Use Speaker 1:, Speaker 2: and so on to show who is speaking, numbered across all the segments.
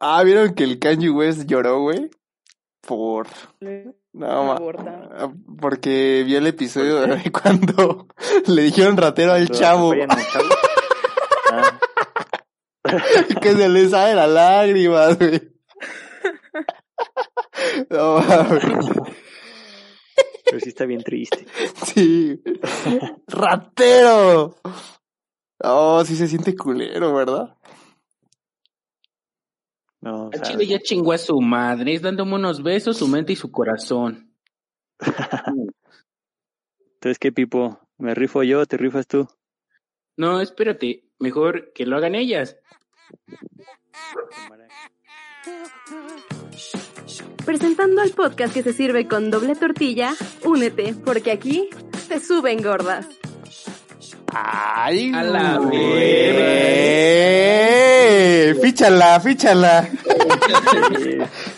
Speaker 1: Ah, ¿vieron que el Kanye West lloró, güey? Por... No, ma- ah,
Speaker 2: Aborta.
Speaker 1: Porque vio el episodio de cuando le dijeron ratero al chavo
Speaker 3: Oye, ¿no, chavo? Ah,
Speaker 1: que se le sale la lágrima, güey. No mames.
Speaker 3: pero sí está bien triste.
Speaker 1: Sí. ¡Ratero! Oh, sí se siente culero, ¿verdad?
Speaker 3: No, o
Speaker 4: Al
Speaker 3: sea,
Speaker 4: chile ya chingó a su madre, es dándome unos besos, su mente y su corazón.
Speaker 3: Entonces, ¿qué, Pipo? ¿Me rifo yo te rifas tú?
Speaker 4: No, espérate, mejor que lo hagan ellas.
Speaker 5: Presentando al podcast que se sirve con doble tortilla, únete, porque aquí te suben gordas.
Speaker 1: ¡Ay,
Speaker 4: A la
Speaker 1: güey! ¡Fíchala, fíchala!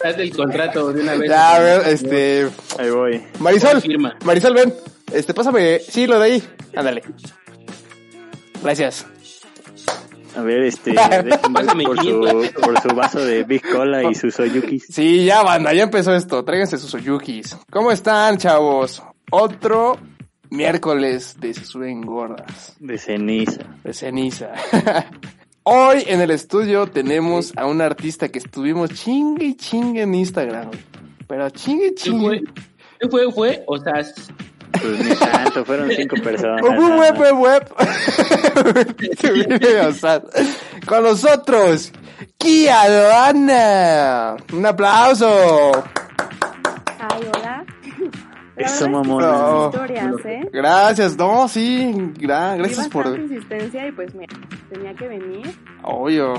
Speaker 4: Haz del contrato de una vez.
Speaker 1: Ya, a ver, este...
Speaker 3: Ahí voy.
Speaker 1: Marisol,
Speaker 4: Firma.
Speaker 1: Marisol, ven. Este, pásame. Sí, lo de ahí. Ándale. Gracias.
Speaker 3: A ver, este, déjenme
Speaker 4: Pásame
Speaker 3: por su, por su vaso de Big Cola y sus Oyukis.
Speaker 1: Sí, ya, banda, ya empezó esto. Tráiganse sus oyukis. ¿Cómo están, chavos? Otro miércoles de Se Suben Gordas,
Speaker 3: De ceniza.
Speaker 1: de ceniza. Hoy en el estudio tenemos a un artista que estuvimos chingue y chingue en Instagram. güey. Pero chingue y
Speaker 4: ¿Qué fue?
Speaker 1: chingue.
Speaker 4: ¿Qué fue? ¿Fue? O sea,
Speaker 3: Pues ni tanto, fueron cinco personas.
Speaker 1: Ujú,
Speaker 3: nada
Speaker 1: web,
Speaker 3: más.
Speaker 1: web, web. Se viene a usar. Con nosotros, Kia Loana. Un aplauso.
Speaker 5: Ay, hola. La
Speaker 3: Eso,
Speaker 5: verdad es que
Speaker 3: mamona.
Speaker 5: son
Speaker 1: No.
Speaker 5: Historias, ¿eh?
Speaker 1: Gracias, no, sí, gra- gracias
Speaker 5: Di
Speaker 1: por...
Speaker 5: bastante insistencia y pues mira, tenía que venir.
Speaker 1: Obvio.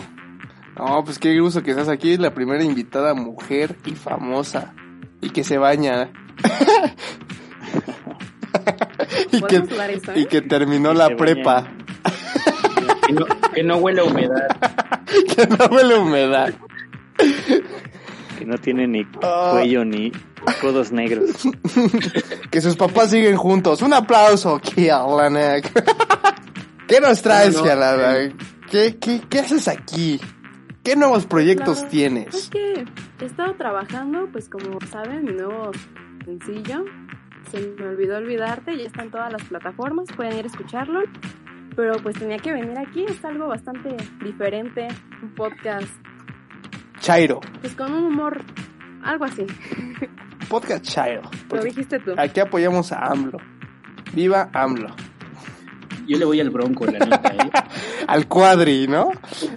Speaker 1: No, pues qué gusto que estás aquí, la primera invitada mujer y famosa. Y que se baña. y, que,
Speaker 5: Podemos jugar eso,
Speaker 1: y
Speaker 5: ¿eh?
Speaker 1: que terminó
Speaker 3: Y
Speaker 1: la
Speaker 3: se
Speaker 1: prepa.
Speaker 4: que no, que no huele a humedad.
Speaker 1: que no huele a humedad.
Speaker 3: Que no tiene ni
Speaker 1: Ah.
Speaker 3: cuello ni codos negros.
Speaker 1: Que sus papás siguen juntos. Un aplauso, Kialanek. ¿Qué nos traes,
Speaker 4: No, no,
Speaker 1: Kialanek? ¿Qué, qué, qué haces aquí? ¿Qué nuevos proyectos
Speaker 5: Claro. Es
Speaker 1: tienes?
Speaker 5: que he estado trabajando, pues como saben, mi nuevo sencillo. Se me olvidó olvidarte, ya están todas las plataformas, pueden ir a escucharlo. Pero pues tenía que venir aquí, es algo bastante diferente, un podcast,
Speaker 1: Chairo.
Speaker 5: pues con un humor, algo así.
Speaker 1: Podcast Chairo.
Speaker 5: Lo
Speaker 1: Porque
Speaker 5: dijiste tú.
Speaker 1: Aquí apoyamos a AMLO. Viva AMLO.
Speaker 4: Yo le voy al bronco, la neta, ¿eh?
Speaker 1: Al cuadri, ¿no?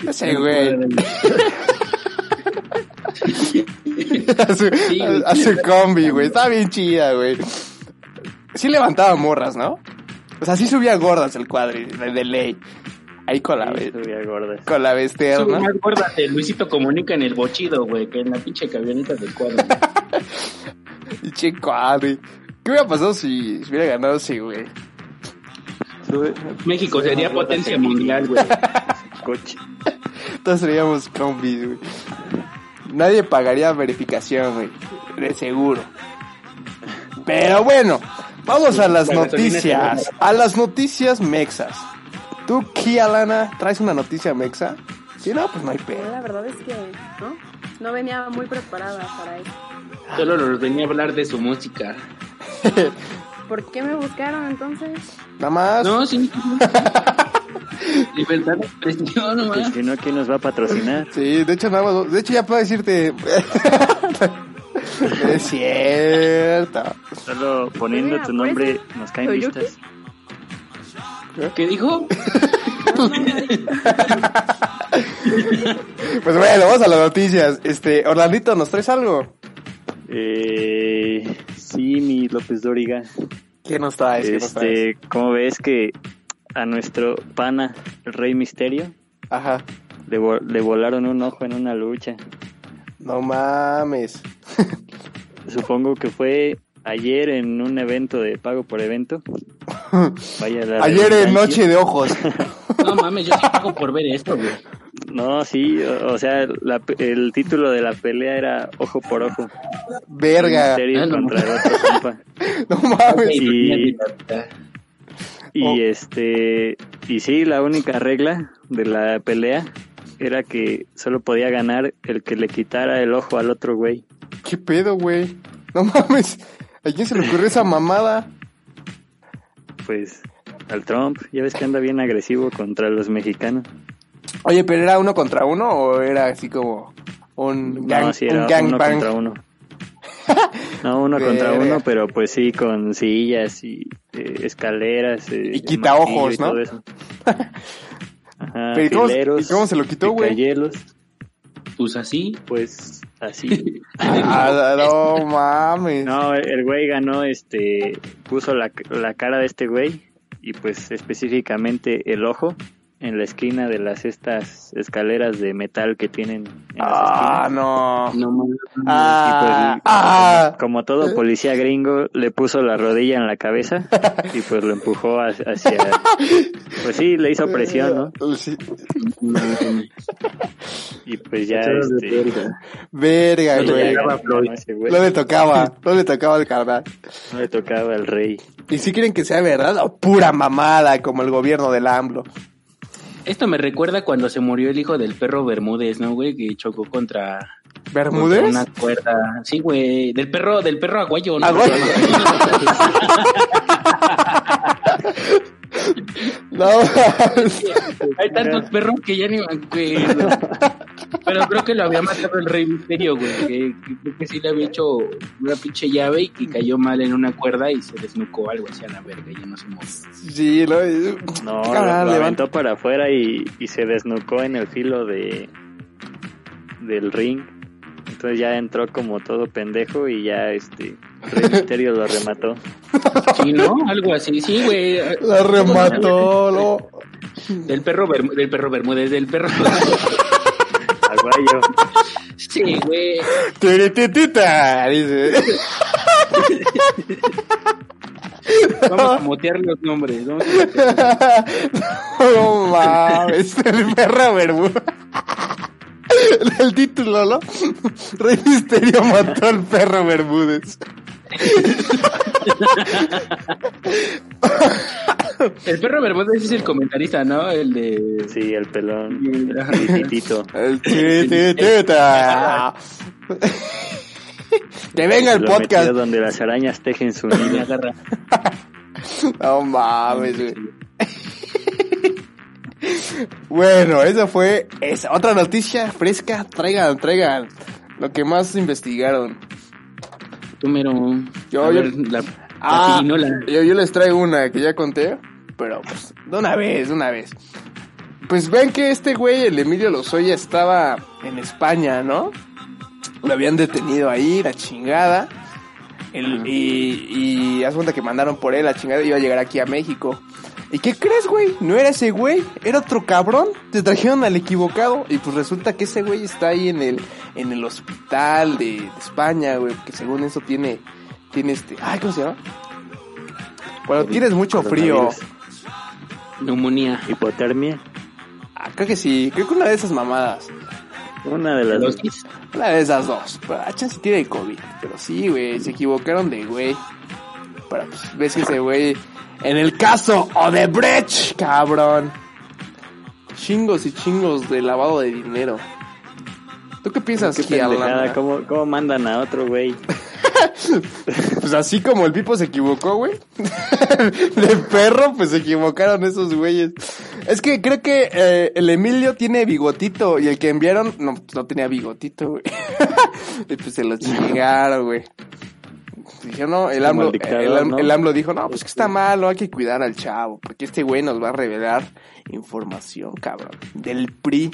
Speaker 1: Ese güey. A su, a- a su combi, güey. Está bien chida, güey. Sí levantaba morras, ¿no? O sea, sí subía gordas el cuadri, de, de ley. Ahí con la,
Speaker 3: Ahí
Speaker 1: be-
Speaker 3: subía gordas.
Speaker 1: con la bestia,
Speaker 4: Sube
Speaker 1: ¿no?
Speaker 4: más gorda de Luisito Comunica en el bochido, güey, que en la pinche camioneta del cuadro.
Speaker 1: Y che cuadri. ah, ¿Qué hubiera pasado si si hubiera ganado ese, güey?
Speaker 3: Sube
Speaker 4: México sería
Speaker 3: gorda
Speaker 4: potencia
Speaker 3: femenina.
Speaker 4: mundial, güey.
Speaker 3: coche.
Speaker 1: Todos seríamos combis, güey. Nadie pagaría verificación, güey. De seguro. Pero bueno, vamos a las
Speaker 4: La gasolina
Speaker 1: noticias.
Speaker 4: está
Speaker 1: A las noticias mexas. ¿Tú, Kialana, traes una noticia mexa? Si no, pues no hay
Speaker 5: Yo
Speaker 1: pedo.
Speaker 5: la verdad es que no, no venía muy preparada para eso.
Speaker 4: Solo los venía a hablar de su música.
Speaker 5: ¿Por qué me buscaron entonces?
Speaker 1: Nada más.
Speaker 4: No, sí. Libertad de expresión, no
Speaker 3: Pues
Speaker 4: más.
Speaker 3: si no, ¿quién nos va a patrocinar?
Speaker 1: Sí, de hecho, nada más. De hecho, ya puedo decirte. es cierto.
Speaker 3: Solo poniendo
Speaker 5: Mira,
Speaker 3: tu
Speaker 5: por
Speaker 3: nombre
Speaker 4: pues,
Speaker 5: eso-
Speaker 3: nos caen
Speaker 5: Oyuki.
Speaker 3: vistas.
Speaker 4: ¿Qué dijo?
Speaker 5: No, no, no,
Speaker 1: Pues bueno, vamos a las noticias. Este, Orlandito, ¿nos traes algo?
Speaker 3: Eh, sí, mi López Dóriga.
Speaker 1: ¿Qué nos traes? ¿Qué nos traes?
Speaker 3: Este, ¿cómo ves que a nuestro pana, el Rey Misterio,
Speaker 1: Ajá.
Speaker 3: le, vo- le volaron un ojo en una lucha?
Speaker 1: No mames.
Speaker 3: Supongo que fue ayer en un evento de pago por evento. Vaya la
Speaker 1: Ayer en
Speaker 3: redundancia.
Speaker 1: Noche de Ojos.
Speaker 4: No mames, yo sí pago por ver esto, güey.
Speaker 3: No, sí, o, o sea, la pe- el título de la pelea era ojo por ojo.
Speaker 1: Verga.
Speaker 3: Misterio
Speaker 4: Ah, no.
Speaker 3: contra el otro compa.
Speaker 1: No mames.
Speaker 3: Y- Y
Speaker 1: Oh.
Speaker 3: este, y sí, la única regla de la pelea era que solo podía ganar el que le quitara el ojo al otro güey.
Speaker 1: ¿Qué pedo, güey? No mames. ¿A quién se le ocurrió esa mamada?
Speaker 3: Pues al Trump, ya ves que anda bien agresivo contra los mexicanos.
Speaker 1: Oye, pero ¿era uno contra uno o era así como un gang,
Speaker 3: no, sí, era
Speaker 1: un gangbang?
Speaker 3: uno contra uno. No, uno contra
Speaker 1: Verga.
Speaker 3: uno, pero pues sí, con sillas y eh, escaleras. eh,
Speaker 1: Y quitaojos,
Speaker 3: martillo y
Speaker 1: ¿no?
Speaker 3: todo eso. Ajá,
Speaker 1: Pero ¿y cómo-
Speaker 3: fileros,
Speaker 1: y cómo se lo quitó, güey?
Speaker 3: picayelos,
Speaker 4: Pues así.
Speaker 3: Pues así.
Speaker 1: Ah, no mames.
Speaker 3: Este, No, el güey ganó, este, puso la, la cara de este güey y pues específicamente el ojo en la esquina de las estas escaleras de metal que tienen en las
Speaker 1: Ah,
Speaker 3: esquinas.
Speaker 1: no.
Speaker 4: No mames.
Speaker 1: Ah,
Speaker 3: Y pues,
Speaker 1: ah.
Speaker 3: Como todo policía gringo, le puso la rodilla en la cabeza y pues lo empujó ha- hacia... Pues sí, le hizo presión, ¿no?
Speaker 1: Sí.
Speaker 4: No mames.
Speaker 3: Y pues ya...
Speaker 4: Chorro de
Speaker 3: Este,
Speaker 4: verga.
Speaker 1: Verga,
Speaker 4: No te
Speaker 1: güey.
Speaker 4: llegaba Floyd.
Speaker 3: no, ese güey,
Speaker 1: No le tocaba, no le tocaba al carnal.
Speaker 3: no le tocaba al rey.
Speaker 1: ¿Y si quieren que sea verdad o pura mamada como el gobierno del AMLO?
Speaker 4: Esto me recuerda cuando se murió el hijo del perro Bermúdez, ¿no, güey? Que chocó contra, contra
Speaker 1: ¿Bermúdez?
Speaker 4: una cuerda. Sí, güey. Del perro, del perro aguayo, ¿no?
Speaker 1: Aguayo. No,
Speaker 4: Hay tantos perros que ya ni me acuerdo. Pero creo que lo había matado el Rey Misterio, güey. Que, que creo que sí le había hecho una pinche llave y que cayó mal en una cuerda y se desnucó algo así a la verga. Ya no se movió.
Speaker 1: sí, no.
Speaker 3: No,
Speaker 1: Qué
Speaker 3: lo,
Speaker 1: cabrón,
Speaker 3: lo
Speaker 1: levanta-
Speaker 3: aventó para afuera y, y se desnucó en el filo de del ring. Entonces ya entró como todo pendejo y ya este Rey Misterio lo remató.
Speaker 4: Sí, ¿no? Algo así. Sí, güey.
Speaker 1: La remató, lo.
Speaker 4: Del perro, Berm- del perro Bermúdez, del perro.
Speaker 3: Aguayo.
Speaker 4: Sí, güey.
Speaker 1: Tirititita, dice.
Speaker 4: Vamos a motear los nombres. Vamos a motear.
Speaker 1: No mames, el perro Bermúdez. El título, ¿no? Rey Misterio mató al perro Bermúdez.
Speaker 4: El perro Bermúdez es el comentarista, ¿no? El de.
Speaker 3: Sí, el pelón. El chiquitito.
Speaker 1: El tirititita. Que venga el
Speaker 3: Lo metió
Speaker 1: podcast.
Speaker 3: donde las arañas tejen su
Speaker 4: Me
Speaker 3: nido.
Speaker 4: agarra.
Speaker 1: No mames, güey. Bueno, esa fue esa. Otra noticia fresca. Traigan, traigan. Lo que más investigaron.
Speaker 4: Tú mero.
Speaker 1: Yo-
Speaker 4: A
Speaker 1: yo-
Speaker 4: ver, la, la
Speaker 1: Ah,
Speaker 4: pirinola.
Speaker 1: yo, yo les traigo una que ya conté. Pero pues, de una vez, de una vez. Pues ven que este güey, el Emilio Lozoya, estaba en España, ¿no? Lo habían detenido ahí, la chingada. El- y, y haz cuenta que mandaron por él, la chingada, iba a llegar aquí a México. ¿Y qué crees, güey? No era ese güey, era otro cabrón. Te trajeron al equivocado. Y pues resulta que ese güey está ahí en el, en el hospital de, de España, güey. Que según eso tiene, tiene este, ay, ¿cómo se llama? Cuando tienes mucho frío.
Speaker 3: Coronavirus.
Speaker 4: Neumonía.
Speaker 3: Hipotermia.
Speaker 1: Ah, creo que sí, creo que una de esas mamadas.
Speaker 3: Una de las
Speaker 4: Los-
Speaker 3: dos.
Speaker 1: Una de esas dos. Pero ah, chance tiene COVID. Pero sí, güey, se equivocaron de güey. Pero pues, ves que ese güey. En el caso Odebrecht, cabrón. Chingos y chingos de lavado de dinero. ¿Tú qué piensas,
Speaker 3: Qué
Speaker 1: Kia,
Speaker 3: pendejada.
Speaker 1: Landa?
Speaker 3: ¿Cómo, ¿Cómo mandan a otro güey?
Speaker 1: Pues así como el Pipo se equivocó, güey. de perro, pues se equivocaron esos güeyes. Es que creo que eh, el Emilio tiene bigotito y el que enviaron no, no tenía bigotito, güey. y pues se los chingaron, güey. Dijeron, no, el
Speaker 3: Como
Speaker 1: AMLO,
Speaker 3: el dictador,
Speaker 1: el AMLO-
Speaker 3: ¿no?
Speaker 1: el AMLO dijo, no, pues que está malo, hay que cuidar al chavo, porque este güey nos va a revelar información, cabrón, del PRI.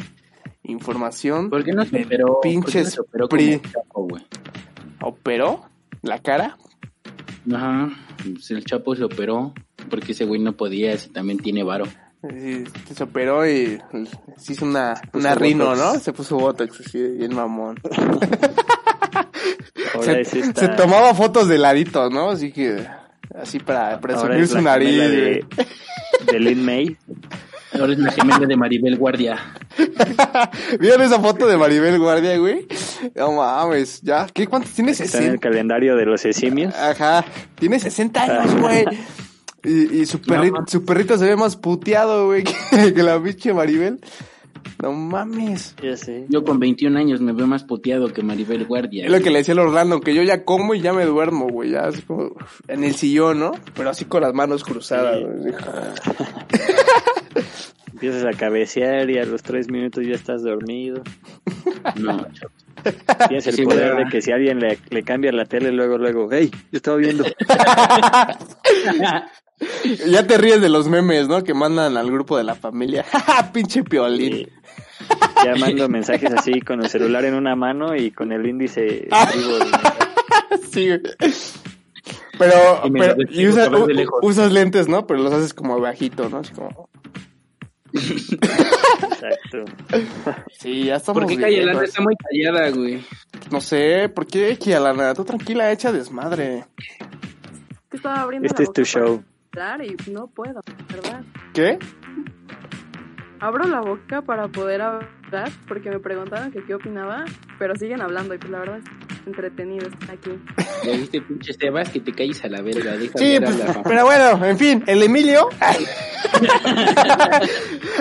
Speaker 1: Información
Speaker 4: ¿Por qué no se
Speaker 1: del
Speaker 4: operó? ¿Por qué no
Speaker 1: pinches
Speaker 4: se operó como
Speaker 1: PRI.
Speaker 4: un chapo, güey?
Speaker 1: ¿Operó la cara?
Speaker 4: Ajá. Pues el chapo se operó porque ese güey no podía, ese también tiene varo.
Speaker 1: Sí, se operó y se hizo una,
Speaker 3: puso
Speaker 1: una rino,
Speaker 3: botox.
Speaker 1: ¿no? Se puso botox así, bien mamón.
Speaker 3: Ahora
Speaker 1: Se,
Speaker 3: es esta-
Speaker 1: se tomaba fotos de ladito, ¿no? Así que, así para
Speaker 3: ahora
Speaker 1: presumir
Speaker 3: es
Speaker 1: su
Speaker 3: la
Speaker 1: nariz.
Speaker 3: gemela
Speaker 1: güey.
Speaker 3: de, de Lin May.
Speaker 4: Ahora es la gemela de Maribel Guardia.
Speaker 1: ¿Vieron esa foto de Maribel Guardia, güey? No mames, ya. ¿Qué, ¿Cuántos tienes?
Speaker 3: Está en el
Speaker 1: 60.
Speaker 3: calendario de los esimios.
Speaker 1: Ajá, tiene 60 años, güey. Y, y su, perri-
Speaker 4: mames.
Speaker 1: su perrito se ve más puteado, güey, que, que la pinche Maribel. No mames.
Speaker 3: Ya sé.
Speaker 4: Yo con 21 años me veo más poteado que Maribel Guardia.
Speaker 1: Es lo que le decía al Orlando, que yo ya como y ya me duermo, güey. Ya así como en el sillón, ¿no? Pero así con las manos cruzadas.
Speaker 3: Sí.
Speaker 1: güey.
Speaker 3: Empiezas a cabecear y a los tres minutos ya estás dormido.
Speaker 4: No, chavos.
Speaker 3: Tienes el
Speaker 4: Sí,
Speaker 3: poder
Speaker 4: ¿verdad?
Speaker 3: de que si alguien le, le cambia la tele, luego, luego, hey, yo estaba viendo.
Speaker 1: Ya te ríes de los memes, ¿no? Que mandan al grupo de la familia. ¡Ja, ja! Pinche piolín.
Speaker 3: Y ya mando mensajes así con el celular en una mano y con el índice
Speaker 4: Ah.
Speaker 3: escribo el mensaje.
Speaker 1: Sí, güey. Pero,
Speaker 4: Y me
Speaker 1: pero-
Speaker 4: lo
Speaker 1: y
Speaker 4: persigo
Speaker 1: usa-
Speaker 4: a través de
Speaker 1: u-
Speaker 4: lejos.
Speaker 1: usas lentes, ¿no? Pero los haces como bajito, ¿no? Así como...
Speaker 3: Exacto.
Speaker 1: Sí, ya estamos
Speaker 4: ¿Por qué
Speaker 1: viejos.
Speaker 4: Cayelana está muy callada, güey?
Speaker 1: No sé, ¿por qué, Kialana? Tú tranquila, hecha desmadre.
Speaker 5: que estaba abriendo
Speaker 3: Este
Speaker 5: la
Speaker 3: es tu
Speaker 5: boca para
Speaker 3: show.
Speaker 5: hablar y no puedo, ¿verdad?
Speaker 1: ¿Qué?
Speaker 5: Abro la boca para poder hablar porque me preguntaron que qué opinaba, pero siguen hablando y pues la verdad es entretenido estar aquí.
Speaker 4: Ya viste, pinche Sebas, que te calles a la verga. Deja
Speaker 1: Sí,
Speaker 4: hablar a
Speaker 1: pues,
Speaker 4: la mamá.
Speaker 1: pero bueno, en fin, el Emilio.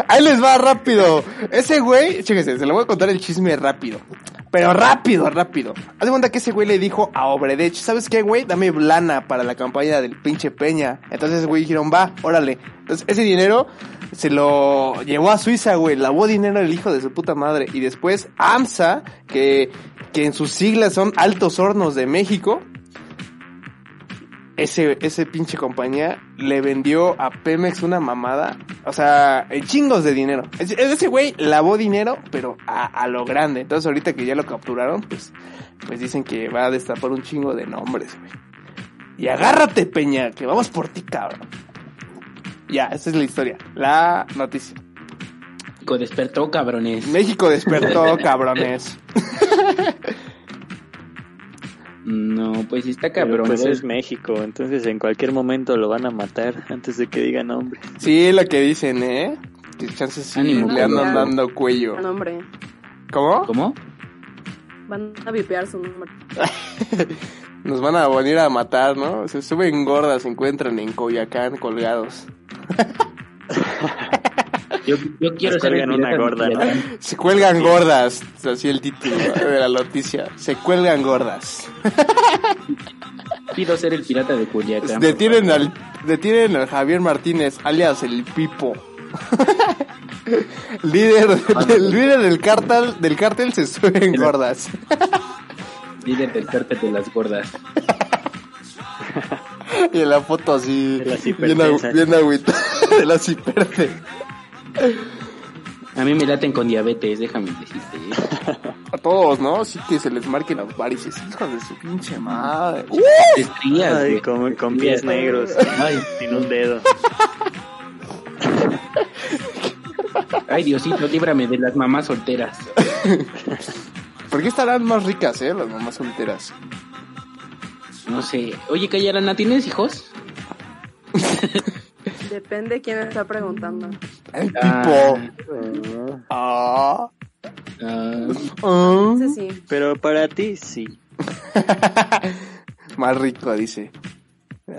Speaker 1: Ahí les va rápido. Ese güey, chéquense, se lo voy a contar el chisme rápido. Pero rápido, rápido. Haz de cuenta que ese güey le dijo a Obredech, ¿sabes qué, güey? Dame lana para la campaña del pinche Peña. Entonces, güey, dijeron, va, órale. Entonces, ese dinero se lo llevó a Suiza, güey. Lavó dinero el hijo de su puta madre. Y después, AMSA, que, que en sus siglas son Altos Hornos de México, ese, ese pinche compañía le vendió a Pemex una mamada. O sea, eh, chingos de dinero. Ese, ese güey lavó dinero, pero a, a lo grande. Entonces ahorita que ya lo capturaron, pues, pues dicen que va a destapar un chingo de nombres, güey. Y agárrate, Peña, que vamos por ti, cabrón. Ya, esa es la historia. La noticia.
Speaker 4: México despertó, cabrones.
Speaker 1: México despertó, cabrones.
Speaker 4: No, pues está
Speaker 3: Pero
Speaker 4: cabrón.
Speaker 3: pues
Speaker 4: güey.
Speaker 3: es México, entonces en cualquier momento lo van a matar antes de que diga nombre.
Speaker 1: Sí, lo que dicen, ¿eh? Que chances sí
Speaker 4: Ánimo,
Speaker 1: le andan
Speaker 5: cuidado.
Speaker 1: dando cuello.
Speaker 5: El nombre,
Speaker 1: ¿Cómo?
Speaker 4: ¿Cómo?
Speaker 5: van a vipear su nombre.
Speaker 1: Nos van a venir a matar, ¿no? Se suben gordas, se encuentran en Coyacán colgados.
Speaker 4: Yo, yo quiero
Speaker 3: Nos
Speaker 4: ser el
Speaker 3: cuelgan una
Speaker 4: pirata
Speaker 3: gorda,
Speaker 4: Michelin.
Speaker 1: Se cuelgan gordas, así el título de la noticia. Se cuelgan gordas.
Speaker 4: Pido ser el pirata de Culiacán.
Speaker 1: Detienen al, detienen al Javier Martínez, alias el Pipo. líder,
Speaker 3: Ah,
Speaker 1: el líder del cártel, del cártel se suben gordas.
Speaker 4: Líder del cártel de las gordas.
Speaker 1: Y en la foto así,
Speaker 3: De las
Speaker 1: bien, agü-
Speaker 3: hipertensas.
Speaker 1: bien agüita, de las hiperte.
Speaker 4: A mí me laten con diabetes, déjame decirte. ¿eh?
Speaker 1: A todos, ¿no? Sí que se les marquen las varices. Hijos de su pinche madre.
Speaker 4: Te estrías,
Speaker 3: Ay,
Speaker 4: güey.
Speaker 3: con, con pies negros,
Speaker 4: Ay,
Speaker 3: sin un dedo.
Speaker 4: ay, Diosito, líbrame de las mamás solteras.
Speaker 1: ¿Por qué estarán más ricas, eh? Las mamás solteras.
Speaker 4: No sé. Oye, Cayalana, ¿tienes hijos?
Speaker 5: Depende quién está preguntando.
Speaker 1: El
Speaker 4: Ah.
Speaker 1: tipo. Ah.
Speaker 4: Ah,
Speaker 1: Ah.
Speaker 5: Sí, sí.
Speaker 3: Pero para ti sí.
Speaker 1: Más rico, dice.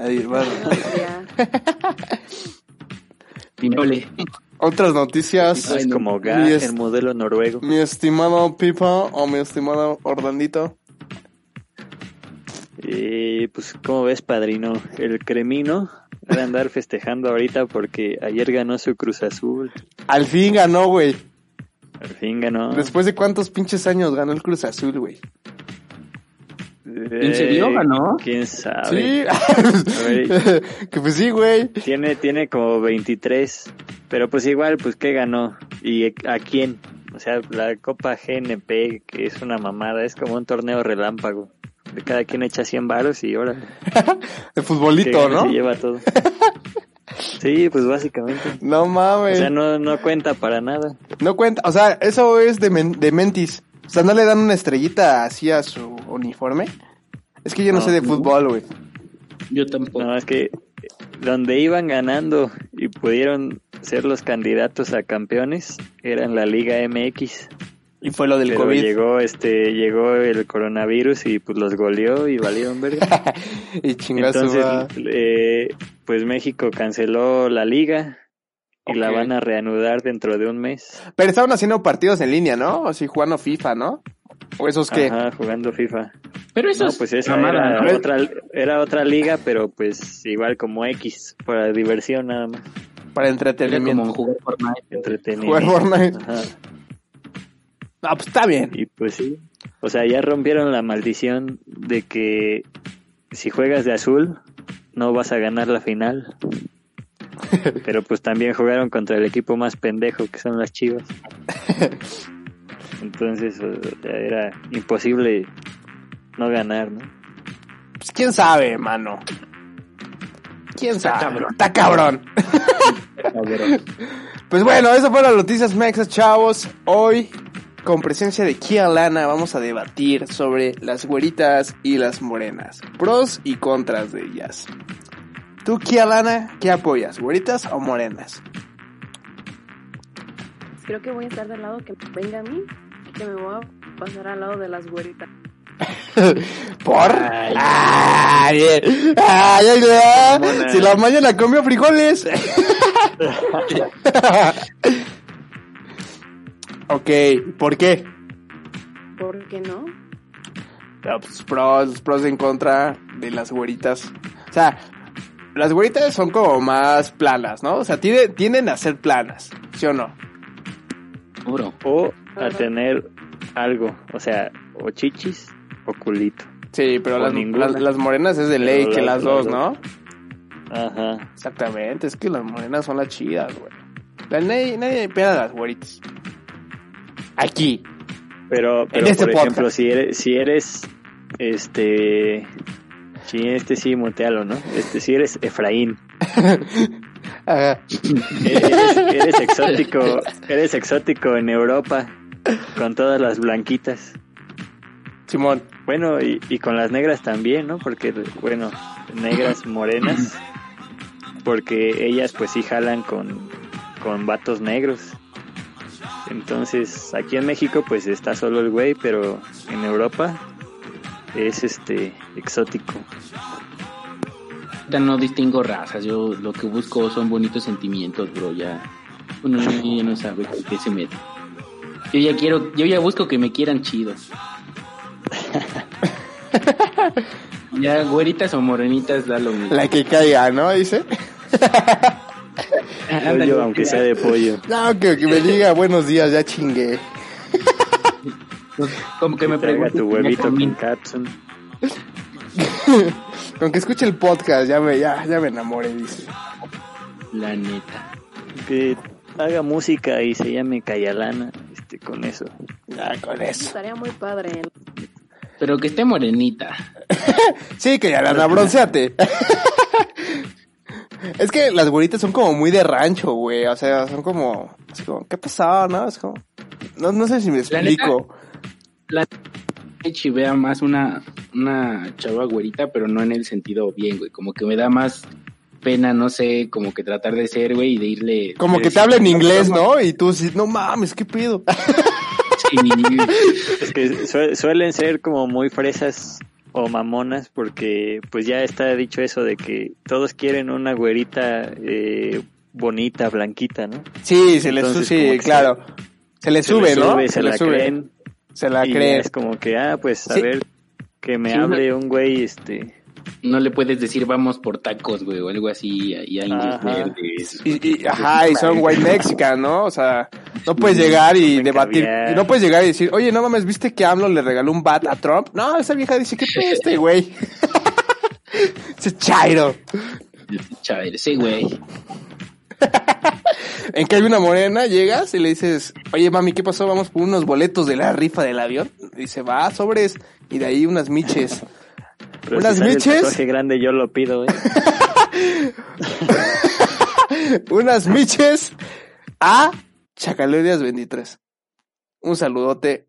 Speaker 1: Ahí, más rico.
Speaker 5: Ya.
Speaker 4: Pinole.
Speaker 1: Otras noticias.
Speaker 4: Ay,
Speaker 3: Es
Speaker 4: no.
Speaker 3: como Ga,
Speaker 1: Y es-
Speaker 3: el modelo noruego.
Speaker 1: Mi estimado Pipa o mi estimado Orlandito.
Speaker 3: Eh, pues, ¿cómo ves, padrino? El cremino va a andar festejando ahorita porque ayer ganó su Cruz Azul.
Speaker 1: Al fin ganó, güey.
Speaker 3: Al fin ganó.
Speaker 1: Después de cuántos pinches años ganó el Cruz Azul, güey.
Speaker 3: ¿En
Speaker 4: serio ganó?
Speaker 3: Eh, ¿Quién sabe?
Speaker 1: Sí.
Speaker 3: ver.
Speaker 1: que pues sí, güey.
Speaker 3: Tiene, tiene como 23. Pero pues igual, pues, ¿qué ganó? ¿Y a quién? O sea, la Copa GNP, que es una mamada, es como un torneo relámpago. De Cada quien echa 100 varos y ahora
Speaker 1: El
Speaker 3: que
Speaker 1: futbolito,
Speaker 3: gane
Speaker 1: ¿no?
Speaker 3: se lleva todo. Sí, pues básicamente.
Speaker 1: No mames.
Speaker 3: O sea, no, no cuenta para nada.
Speaker 1: No cuenta, o sea, eso es de, men- de mentis. O sea, no le dan una estrellita así a su uniforme. Es que yo no,
Speaker 3: No,
Speaker 1: sé de
Speaker 3: no.
Speaker 1: fútbol, güey.
Speaker 4: Yo tampoco.
Speaker 3: No, es que donde iban ganando y pudieron ser los candidatos a campeones eran la Liga MX.
Speaker 1: Y fue lo del
Speaker 3: Pero
Speaker 1: COVID.
Speaker 3: llegó este llegó el coronavirus y pues los goleó y valieron verga.
Speaker 1: Y chingazo.
Speaker 3: Entonces, eh, pues México canceló la liga y la van a reanudar dentro de un mes.
Speaker 1: Pero estaban haciendo partidos en línea, ¿no? Así jugando FIFA, ¿no? O esos que...
Speaker 3: Ajá, jugando FIFA.
Speaker 4: Pero eso
Speaker 3: No,
Speaker 4: es
Speaker 3: pues esa
Speaker 4: mamada,
Speaker 3: era,
Speaker 4: ¿no?
Speaker 3: otra, era otra liga, pero pues igual como X, para diversión nada más,
Speaker 1: Para
Speaker 4: Era
Speaker 1: entretenimiento.
Speaker 4: como jugar Fortnite.
Speaker 1: Jugar
Speaker 3: entretenimiento.
Speaker 1: Fortnite.
Speaker 3: Ajá.
Speaker 1: Ah, pues está bien.
Speaker 3: Y pues sí. O sea, ya rompieron la maldición de que si juegas de azul no vas a ganar la final. Pero pues también jugaron contra el equipo más pendejo que son las Chivas. Entonces o sea, era imposible no ganar, ¿no?
Speaker 1: Pues quién sabe, mano. ¿Quién sabe?
Speaker 4: cabrón.
Speaker 1: Está cabrón. Pues bueno, eso fueron las noticias mexas, chavos. Hoy, con presencia de Kia Lana, vamos a debatir sobre las güeritas y las morenas. Pros y contras de ellas. Tú, Kia Lana, ¿qué apoyas? ¿Güeritas o morenas?
Speaker 5: Creo que voy a estar del lado que venga a mí y que me voy a pasar al lado de las güeritas.
Speaker 1: ¿Por?
Speaker 4: Ay.
Speaker 1: ¡Ay! ¡Ay, ay, ay!
Speaker 3: Mona.
Speaker 1: Si la mañana comió frijoles. ok, ¿por qué?
Speaker 5: ¿Por qué no?
Speaker 1: No, pues, pros, pros en contra de las güeritas. O sea, las güeritas son como más planas, ¿no? O sea, tiende- tienden a ser planas, ¿sí o no?
Speaker 4: Seguro.
Speaker 3: O a tener algo, o sea, o chichis o culito.
Speaker 1: Sí, pero
Speaker 3: O
Speaker 1: las,
Speaker 3: ninguna.
Speaker 1: las- las morenas es de
Speaker 3: Pero
Speaker 1: ley que las
Speaker 3: las-
Speaker 1: dos,
Speaker 3: las
Speaker 1: ¿no?
Speaker 3: dos. Ajá.
Speaker 1: Exactamente, es que las morenas son las chidas, güey. La- nadie, nadie pega a las güeritas. Aquí.
Speaker 3: Pero, pero
Speaker 1: este
Speaker 3: por
Speaker 1: podcast.
Speaker 3: ejemplo, si eres, si eres, este, si este sí motealo, ¿no? Este, si eres Efraín,
Speaker 1: Ajá.
Speaker 3: eres, eres exótico, eres exótico en Europa, con todas las blanquitas.
Speaker 1: Simón.
Speaker 3: Bueno, y, y con las negras también, ¿no? Porque, bueno, negras morenas, porque ellas pues sí jalan con, con vatos negros. Entonces, aquí en México pues está solo el güey, pero en Europa es este exótico.
Speaker 4: Ya no distingo razas. Yo lo que busco son bonitos sentimientos, bro. Ya. Uno ya no sabe con qué se mete. Yo ya quiero, yo ya busco que me quieran chidos. ya güeritas o morenitas da lo mismo.
Speaker 1: La que caiga, ¿no? Dice.
Speaker 4: Ah, Ándale,
Speaker 3: Pollo, aunque sea de pollo.
Speaker 1: No, que, que me diga buenos días, ya chingué.
Speaker 4: como que me
Speaker 3: Traiga
Speaker 4: pregunte
Speaker 3: tu
Speaker 4: si ya
Speaker 3: huevito
Speaker 4: comí.
Speaker 3: con capsun.
Speaker 1: Con que escuche el podcast, ya me, ya, ya me enamoré, dice.
Speaker 4: La neta.
Speaker 3: Que haga música y se llame Cayalana, este, con eso.
Speaker 1: Ya con eso.
Speaker 5: Estaría muy padre. ¿eh?
Speaker 4: Pero que esté morenita.
Speaker 1: Sí, que ya la bronceate. es que las güeritas son como muy de rancho, güey. O sea, son como. así como, ¿qué pasaba, no? Es como. No, no sé si me
Speaker 4: neta,
Speaker 1: explico.
Speaker 4: me chivea más una, una chava güerita, pero no en el sentido bien, güey. Como que me da más pena, no sé, como que tratar de ser, güey, y de irle.
Speaker 1: Como
Speaker 4: de
Speaker 1: que te habla en inglés, ¿no? Y tú dices, no mames, ¿qué pido?
Speaker 4: decir,
Speaker 3: Es que sue- suelen ser como muy fresas o mamonas porque pues ya está dicho eso de que todos quieren una güerita eh, bonita, blanquita, ¿no?
Speaker 1: Sí, se les sube,
Speaker 3: Entonces, como
Speaker 1: sí,
Speaker 3: que
Speaker 1: claro. Se le
Speaker 3: Se
Speaker 1: sube,
Speaker 3: les
Speaker 1: ¿no?
Speaker 3: sube, se, la creen.
Speaker 1: Se la
Speaker 3: y ya
Speaker 1: creen.
Speaker 3: es como que, ah, pues a
Speaker 1: Sí.
Speaker 3: ver, que me
Speaker 4: Sí,
Speaker 3: hable un güey, este...
Speaker 4: No le puedes decir vamos por tacos, güey, o algo así, y a indios
Speaker 3: Ajá.
Speaker 4: verdes.
Speaker 1: Y, y- ajá, y son white mexican, ¿no? O sea, no puedes llegar y
Speaker 3: Comen
Speaker 1: debatir,
Speaker 3: caviar.
Speaker 1: y no puedes llegar y decir, oye, no mames, ¿viste que AMLO le regaló un bat a Trump? No, esa vieja dice, ¿qué peste, güey? Ese chairo.
Speaker 4: Chaval, sí, güey.
Speaker 1: En que hay una morena, llegas y le dices, oye, mami, ¿qué pasó? Vamos por unos boletos de la rifa del avión. Y dice, va, sobres, y de ahí unas miches.
Speaker 3: pero
Speaker 1: ¿Unas
Speaker 3: si sale el
Speaker 1: miches?
Speaker 3: tatuaje grande yo lo pido, ¿eh?
Speaker 1: unas miches a Chacalurias 23. Un saludote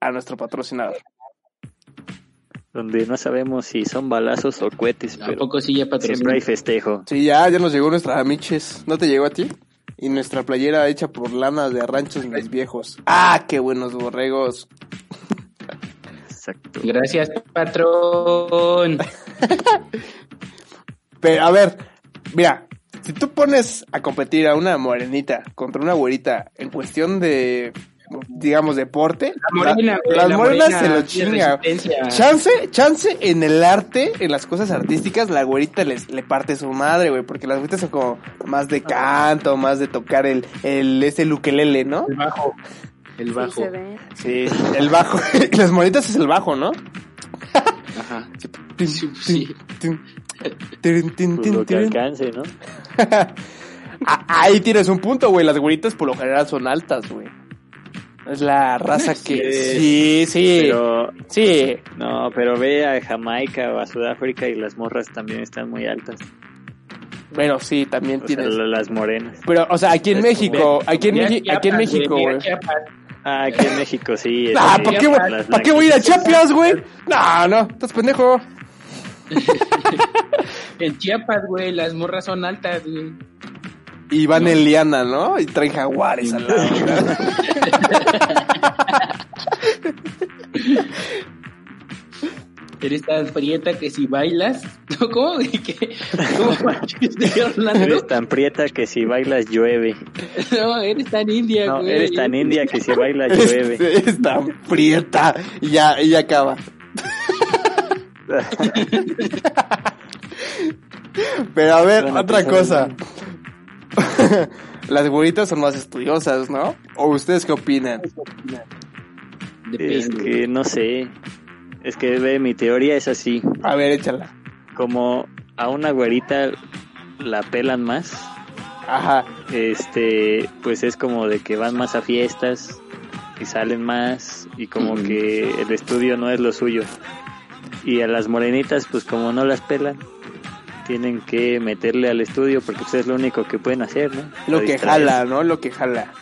Speaker 1: a nuestro patrocinador.
Speaker 3: Donde no sabemos si son balazos o cohetes,
Speaker 4: ¿A
Speaker 3: pero
Speaker 4: poco sí
Speaker 3: siempre
Speaker 4: ya
Speaker 3: hay
Speaker 4: patrocinas?
Speaker 3: festejo.
Speaker 1: Sí, ya, ya nos llegó nuestra Miches. ¿No te llegó a ti? Y nuestra playera hecha por lana de ranchos mis viejos. ¡Ah, qué buenos borregos!
Speaker 3: Exacto.
Speaker 4: Gracias, patrón.
Speaker 1: Pero, a ver, mira, Si tú pones a competir a una morenita contra una güerita en cuestión de, digamos, deporte,
Speaker 4: morena, güey,
Speaker 1: las
Speaker 4: la
Speaker 1: morenas
Speaker 4: morena
Speaker 1: se lo
Speaker 4: de
Speaker 1: chinga.
Speaker 4: resistencia.
Speaker 1: Chance, chance en el arte, en las cosas artísticas, la güerita les, le parte su madre, güey, porque las güeritas son como más de canto, más de tocar el, el ese ukelele, ¿no?
Speaker 4: El bajo. El
Speaker 5: Sí,
Speaker 4: bajo.
Speaker 5: se ve.
Speaker 1: Sí, el bajo. las moritas es el bajo, ¿no?
Speaker 4: Ajá.
Speaker 1: Tin,
Speaker 4: Sí,
Speaker 1: tin,
Speaker 4: sí.
Speaker 1: tin, tirin, tin,
Speaker 3: Pues
Speaker 1: tin,
Speaker 3: lo que
Speaker 1: tirin.
Speaker 3: alcance, ¿no?
Speaker 1: Ah, Ahí tienes un punto, güey. Las güeritas por lo general son altas, güey. Es la raza que... Sí, sí,
Speaker 3: Pero,
Speaker 1: sí.
Speaker 3: no, pero ve a Jamaica o a Sudáfrica y las morras también están muy altas.
Speaker 1: Bueno, sí, también
Speaker 3: O sea,
Speaker 1: tienes...
Speaker 3: lo- las morenas.
Speaker 1: Pero, o sea, aquí en
Speaker 3: Es
Speaker 1: México, aquí en,
Speaker 4: Mira
Speaker 1: Meji- aquí en
Speaker 4: Chiapas,
Speaker 1: México,
Speaker 4: mira
Speaker 1: güey.
Speaker 4: Chiapas.
Speaker 3: Ah, aquí en México, sí.
Speaker 1: Ah,
Speaker 3: este,
Speaker 1: ¿para qué, voy-
Speaker 3: las
Speaker 1: ¿para qué voy a ir a
Speaker 3: blanquitas.
Speaker 1: Chiapas, güey? No, no, estás pendejo.
Speaker 4: En Chiapas, güey, las morras son altas, güey.
Speaker 1: Y van en liana, ¿no? Y traen jaguares al lado. ¿no?
Speaker 4: Eres tan prieta que si bailas. ¿no? ¿Cómo? ¿Qué? ¿Cómo manches, de
Speaker 3: Eres
Speaker 4: Orlando?
Speaker 3: tan prieta que si bailas llueve.
Speaker 4: No, eres tan india,
Speaker 3: No,
Speaker 4: güey.
Speaker 3: eres tan india que si bailas llueve.
Speaker 1: Es, es tan prieta. Y ya, y ya acaba. Pero a ver,
Speaker 3: Bueno,
Speaker 1: otra
Speaker 3: pues,
Speaker 1: cosa. Las güeritas son más estudiosas, ¿no? ¿O ustedes qué opinan?
Speaker 4: Depende.
Speaker 3: Es que no sé. Es que ve, mi teoría es así.
Speaker 1: A ver, échala.
Speaker 3: Como a una güerita la pelan más,
Speaker 1: Ajá.
Speaker 3: este, pues es como de que van más a fiestas y salen más y como
Speaker 4: Mm.
Speaker 3: que el estudio no es lo suyo. Y a las morenitas, pues como no las pelan, tienen que meterle al estudio porque pues, es lo único que pueden hacer, ¿no?
Speaker 1: Lo
Speaker 3: Para
Speaker 1: que
Speaker 3: distraerse.
Speaker 1: jala, ¿no? Lo que jala.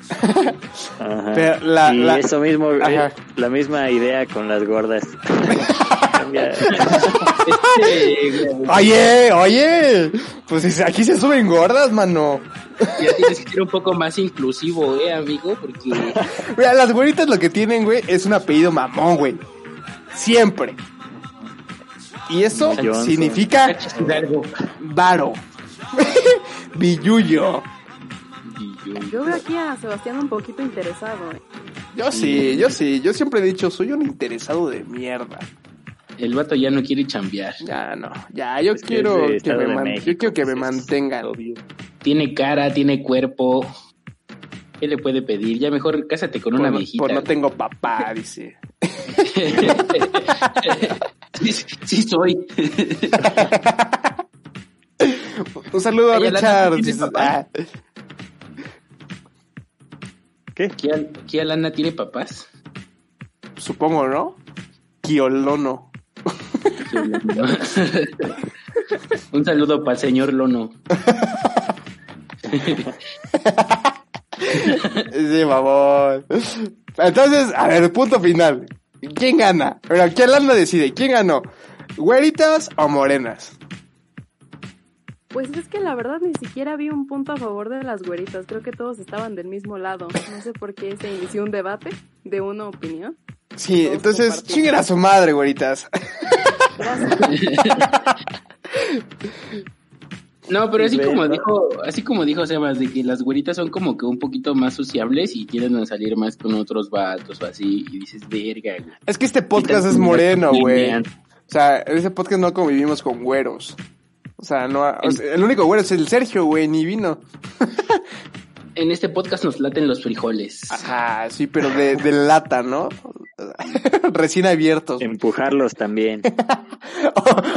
Speaker 3: Ajá.
Speaker 1: Pero la-
Speaker 3: y
Speaker 1: la-
Speaker 3: eso mismo, eh,
Speaker 1: Ajá.
Speaker 3: la misma idea con las gordas. Cambia-
Speaker 4: Este, güey,
Speaker 1: Oye, oye. Pues dice, aquí se suben gordas, mano.
Speaker 4: ya tienes que ser un poco más inclusivo, eh, amigo, porque
Speaker 1: Mira, las güeritas lo que tienen, güey, es un apellido mamón, güey. Siempre. Y eso
Speaker 3: Johnson.
Speaker 1: significa
Speaker 4: Sánchez Hidalgo.
Speaker 1: varo. Billuyo.
Speaker 5: Yo veo aquí a Sebastián un poquito interesado. ¿eh?
Speaker 1: Yo sí, yo sí. Yo siempre he dicho, soy un interesado de mierda.
Speaker 4: El vato ya no quiere chambear.
Speaker 1: Ya no, ya yo
Speaker 3: Es que
Speaker 1: quiero
Speaker 3: es de
Speaker 1: que,
Speaker 3: Estado
Speaker 1: me
Speaker 3: de
Speaker 1: man-
Speaker 3: México,
Speaker 1: yo quiero que me
Speaker 3: pues, es
Speaker 1: mantengan.
Speaker 3: obvio.
Speaker 4: Tiene cara, tiene cuerpo. ¿Qué le puede pedir? Ya mejor cásate con
Speaker 1: Por,
Speaker 4: una
Speaker 1: no-
Speaker 4: viejita.
Speaker 1: por no tengo papá, dice.
Speaker 4: sí, sí soy.
Speaker 1: Un saludo a
Speaker 4: Oye, la
Speaker 1: Richard.
Speaker 4: neta, ¿tiene
Speaker 1: dices,
Speaker 4: papá?
Speaker 1: ah,
Speaker 4: ¿Qué, Al- qué Alana tiene papás?
Speaker 1: ah, supongo, ¿no? Quiolono.
Speaker 4: Un saludo para el señor Lono.
Speaker 1: Sí, mamón. Entonces, a ver, punto final. ¿Quién gana? Bueno, ¿quién landa decide? ¿Quién ganó? ¿Güeritas o morenas?
Speaker 5: Pues es que la verdad ni siquiera vi un punto a favor de las güeritas. Creo que todos estaban del mismo lado. No sé por qué se inició un debate de una opinión.
Speaker 1: Sí,
Speaker 5: Todos
Speaker 1: entonces,
Speaker 5: compartimos.
Speaker 1: chinguen a su madre, güeritas.
Speaker 4: No, pero así
Speaker 3: Ve,
Speaker 4: como
Speaker 3: ¿no?
Speaker 4: dijo, así como dijo Sebas, de que las güeritas son como que un poquito más sociables y tienden a salir más con otros vatos o así, y dices, verga, güey.
Speaker 1: Es que este podcast es moreno, güey. O sea, en ese podcast no convivimos con güeros. O sea, no, o sea, el único güero es el Sergio, güey, ni vino.
Speaker 4: En este podcast nos laten los frijoles.
Speaker 1: Ajá, sí, pero de, de lata, ¿no? Recién abiertos.
Speaker 3: Empujarlos también.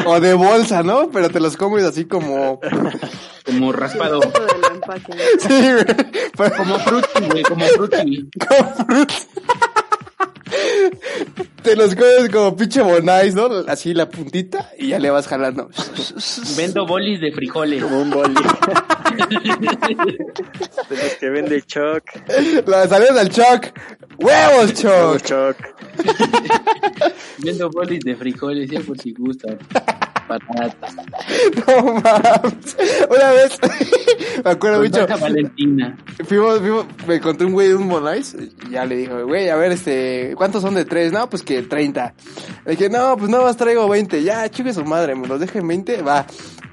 Speaker 1: O, o de bolsa, ¿no? Pero te los comes así como...
Speaker 4: Como raspado.
Speaker 5: Todo del empaque.
Speaker 1: Sí, güey. Pero-
Speaker 4: Como frutti, güey, como frutti.
Speaker 1: como fruit. Te los comes como pinche bonais, ¿no? Así la puntita y ya le vas jalando.
Speaker 4: Vendo bolis de frijoles.
Speaker 3: Como un boli. De los que vende Choc.
Speaker 1: La salidas al choc. ¡Huevos,
Speaker 3: Choc.
Speaker 1: choc!
Speaker 4: Vendo bolis de frijoles, ya por si gustan. Patatas.
Speaker 1: No mames. Una vez, me acuerdo
Speaker 4: Con
Speaker 1: mucho,
Speaker 4: salsa Valentina.
Speaker 1: fuimos, fuimos, me encontré un güey de un Bonais y ya le dije, güey, a ver, este, ¿cuántos son de tres? No, pues que 30. Le dije, no, pues nada más traigo 20. Ya, chique su madre, me los dejen 20, va.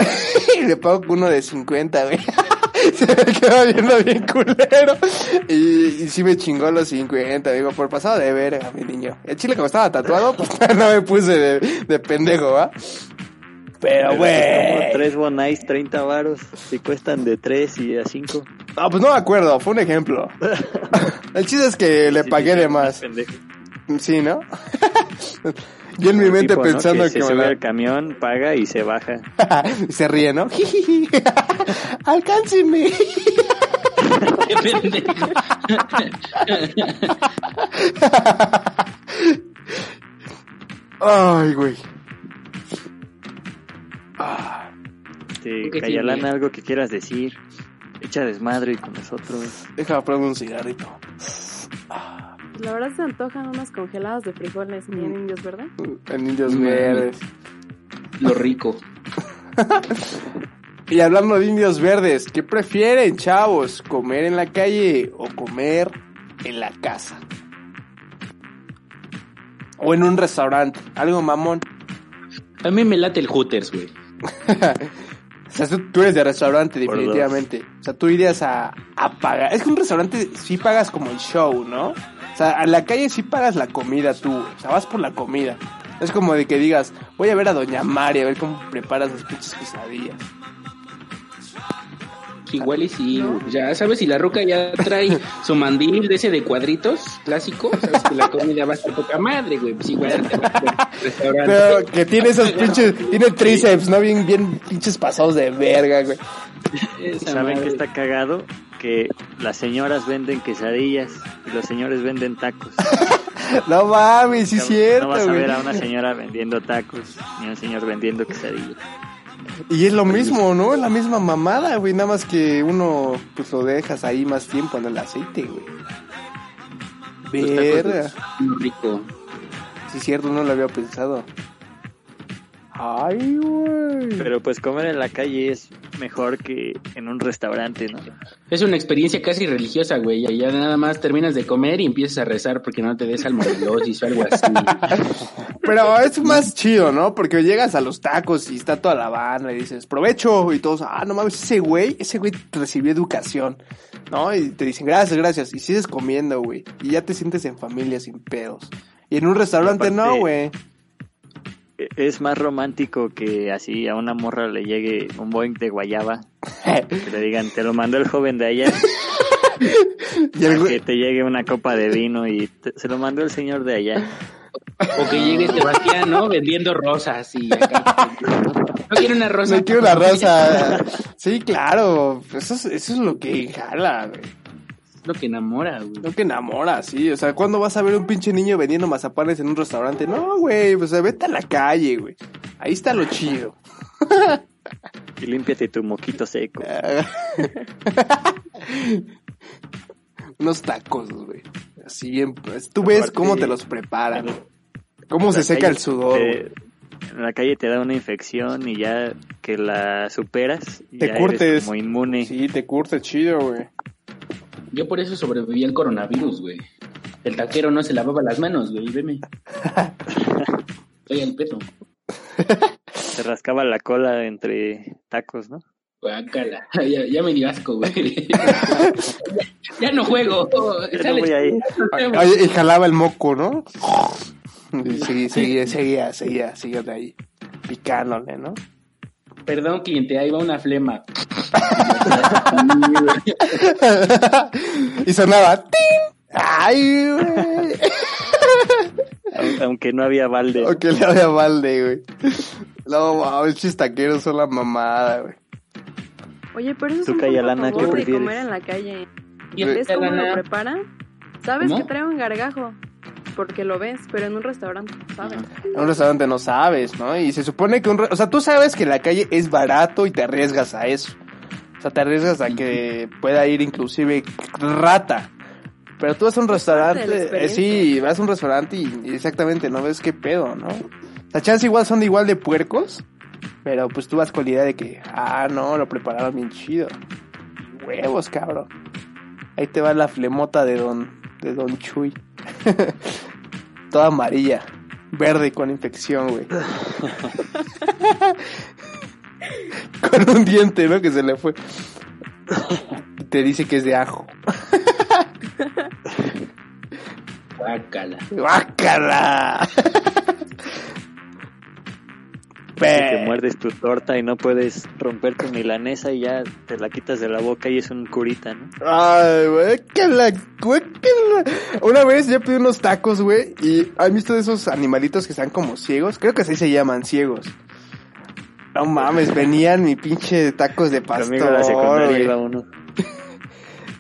Speaker 1: y le pago uno de 50, güey. Se me quedó viendo bien culero. Y, y sí me chingó los 50, digo, por pasado de verga, mi niño. El chile como estaba tatuado, pues no me puse de, de pendejo, ¿va? Pero,
Speaker 3: Como
Speaker 1: güey.
Speaker 3: Tres bonais, 30 varos. Si cuestan de 3 y a 5.
Speaker 1: No, pues no me acuerdo, fue un ejemplo. El chiste es que le pagué de más. Sí, ¿no? Yo en mi mente pensando que,
Speaker 3: se
Speaker 1: me
Speaker 3: sube
Speaker 1: la-
Speaker 3: al camión, paga y se baja.
Speaker 1: Y se ríe, ¿no? Alcáncenme.
Speaker 4: Qué pendejo.
Speaker 1: Ay, güey.
Speaker 3: Te
Speaker 4: Creo que
Speaker 3: Cayalana,
Speaker 4: tiene-
Speaker 3: algo que quieras decir. Echa desmadre con nosotros.
Speaker 1: Déjame probar un cigarrito.
Speaker 5: Pues La verdad se antojan unos congelados de frijoles ni en indios, ¿verdad?
Speaker 1: En Indios
Speaker 4: Mm.
Speaker 1: Verdes.
Speaker 4: Lo rico.
Speaker 1: Y hablando de Indios Verdes, ¿qué prefieren, chavos? ¿Comer en la calle o comer en la casa? O en un restaurante, algo mamón.
Speaker 4: A mí me late el Hooters, güey.
Speaker 1: O sea, tú, tú eres de restaurante,
Speaker 3: Por
Speaker 1: definitivamente. O sea, tú irías a, a pagar. Es que un restaurante sí pagas como el show, ¿no? O sea, en la calle sí pagas la comida tú. güey. O sea, vas por la comida. Es como de que digas, voy a ver a Doña María, a ver cómo preparas las pinches quesadillas.
Speaker 4: Igual y sí, güey. ya sabes, si la ruca ya trae su mandil de ese de cuadritos clásico, sabes que la comida va a estar poca madre, güey. Pues igual te vas al restaurante.
Speaker 1: Pero que tiene esos pinches, tiene tríceps, ¿no? Bien, bien pinches pasados de verga, güey.
Speaker 4: Esa
Speaker 3: ¿Saben
Speaker 4: madre.
Speaker 3: que está cagado? Que las señoras venden quesadillas y los señores venden tacos.
Speaker 1: No mames, sí es
Speaker 3: no
Speaker 1: cierto,
Speaker 3: vas a
Speaker 1: güey.
Speaker 3: ver a una señora vendiendo tacos ni a un señor vendiendo quesadillas.
Speaker 1: Y es lo mismo, ¿no? Es la misma mamada, güey. Nada más que uno, pues lo dejas ahí más tiempo en el aceite, güey.
Speaker 4: Los tacos
Speaker 1: Verga.
Speaker 4: son rico.
Speaker 1: Sí, es cierto, no lo había pensado. Ay, güey.
Speaker 3: Pero pues comer en la calle es mejor que en un restaurante, ¿no?
Speaker 4: Es una experiencia casi religiosa, güey. Ya, ya nada más terminas de comer y empiezas a rezar porque no te des salmonelosis o algo así.
Speaker 1: Pero es más chido, ¿no? Porque llegas a los tacos y está toda la banda y dices, provecho. Y todos, ah, no mames, ese güey, ese güey recibió educación, ¿no? Y te dicen, gracias, gracias. Y sigues comiendo, güey. Y ya te sientes en familia sin pedos. Y en un restaurante
Speaker 3: aparte-
Speaker 1: no, güey.
Speaker 3: E- Es más romántico que así a una morra le llegue un boing de guayaba, que le digan, te lo mandó el joven de allá,
Speaker 1: Y el
Speaker 3: a que
Speaker 1: güey-
Speaker 3: te llegue una copa de vino y te- se lo mandó el señor de allá.
Speaker 4: O que llegue Sebastián, ¿no? Vendiendo rosas y acá. No quiero una rosa.
Speaker 1: No quiero la raza. Sí, claro. pues Eso es, eso es lo que jala, güey.
Speaker 4: Es lo que enamora, güey.
Speaker 1: Lo que enamora, sí. O sea, ¿cuándo vas a ver un pinche niño vendiendo mazapanes en un restaurante? No, güey. Pues vete a la calle, güey. Ahí está lo chido.
Speaker 3: Y límpiate tu moquito seco.
Speaker 1: Unos tacos, güey. Así bien. pues, Tú ves
Speaker 3: Aparte-
Speaker 1: cómo te los preparan. Cómo se
Speaker 3: La
Speaker 1: seca
Speaker 3: calle eh,
Speaker 1: el sudor.
Speaker 3: te-
Speaker 1: güey.
Speaker 3: en la calle te da una infección y ya que la superas,
Speaker 1: Te
Speaker 3: ya
Speaker 1: curtes.
Speaker 3: eres como inmune.
Speaker 1: Sí, te curte chido, güey.
Speaker 4: Yo por eso sobreviví al coronavirus, güey. El taquero no se lavaba las manos, güey. Veme. Estoy al pedo.
Speaker 3: Se rascaba la cola entre tacos, ¿no?
Speaker 4: Guácala. Ya, ya me dio asco, güey. ya no juego.
Speaker 3: Ya no
Speaker 4: Sale.
Speaker 3: voy a ir.
Speaker 1: Oye, y jalaba el moco, ¿no? Y seguía, seguía, seguía, seguía, seguía de ahí. Picándole, ¿no?
Speaker 4: Perdón, cliente, ahí va una flema.
Speaker 1: y sonaba. ¡Ting! ¡Ay, güey! Eh.
Speaker 3: Au- Aunque no había balde.
Speaker 1: O que le había balde, güey. No, wow, esos taqueros son la mamada, güey.
Speaker 5: Oye, pero eso es
Speaker 3: Tú,
Speaker 5: un punto a
Speaker 3: Cayalana, ¿qué
Speaker 5: favor de
Speaker 3: prefieres?
Speaker 5: comer en la calle.
Speaker 4: Y
Speaker 5: ¿Ves
Speaker 4: empieza
Speaker 5: cómo lo
Speaker 4: la
Speaker 5: preparan? Sabes
Speaker 4: ¿Cómo?
Speaker 5: que trae un gargajo, porque lo ves, pero en un restaurante no sabes.
Speaker 3: Ah,
Speaker 1: En un restaurante no sabes, ¿no? Y se supone que un... re- O sea, tú sabes que la calle es barato y te arriesgas a eso. O sea, te arriesgas a que pueda ir inclusive rata. Pero tú vas a un
Speaker 5: parte de la
Speaker 1: restaurante, eh, sí,
Speaker 5: experiencia.
Speaker 1: vas a un restaurante y, y exactamente no ves qué pedo, ¿no? O sea, chance igual son igual de puercos, pero pues tú vas con la idea de que, ah, no, lo prepararon bien chido. Huevos, cabrón. Ahí te va la flemota de don, de don Chuy. Toda amarilla, verde y con infección, güey. con un diente, ¿no? Que se le fue. Te dice que es de ajo.
Speaker 4: Guácala.
Speaker 1: ¡Bácala!
Speaker 3: Que te
Speaker 1: Pe-
Speaker 3: muerdes tu torta y no puedes romper tu milanesa y ya te la quitas de la boca y es un curita, ¿no?
Speaker 1: Ay, güey, que la, güey, que la- Una vez yo pedí unos tacos, güey, y ¿han visto de esos animalitos que están como ciegos? Creo que así se llaman, ciegos. No mames, venían mi pinche tacos de pastor,
Speaker 3: Conmigo a la secundaria
Speaker 1: güey.
Speaker 3: iba uno.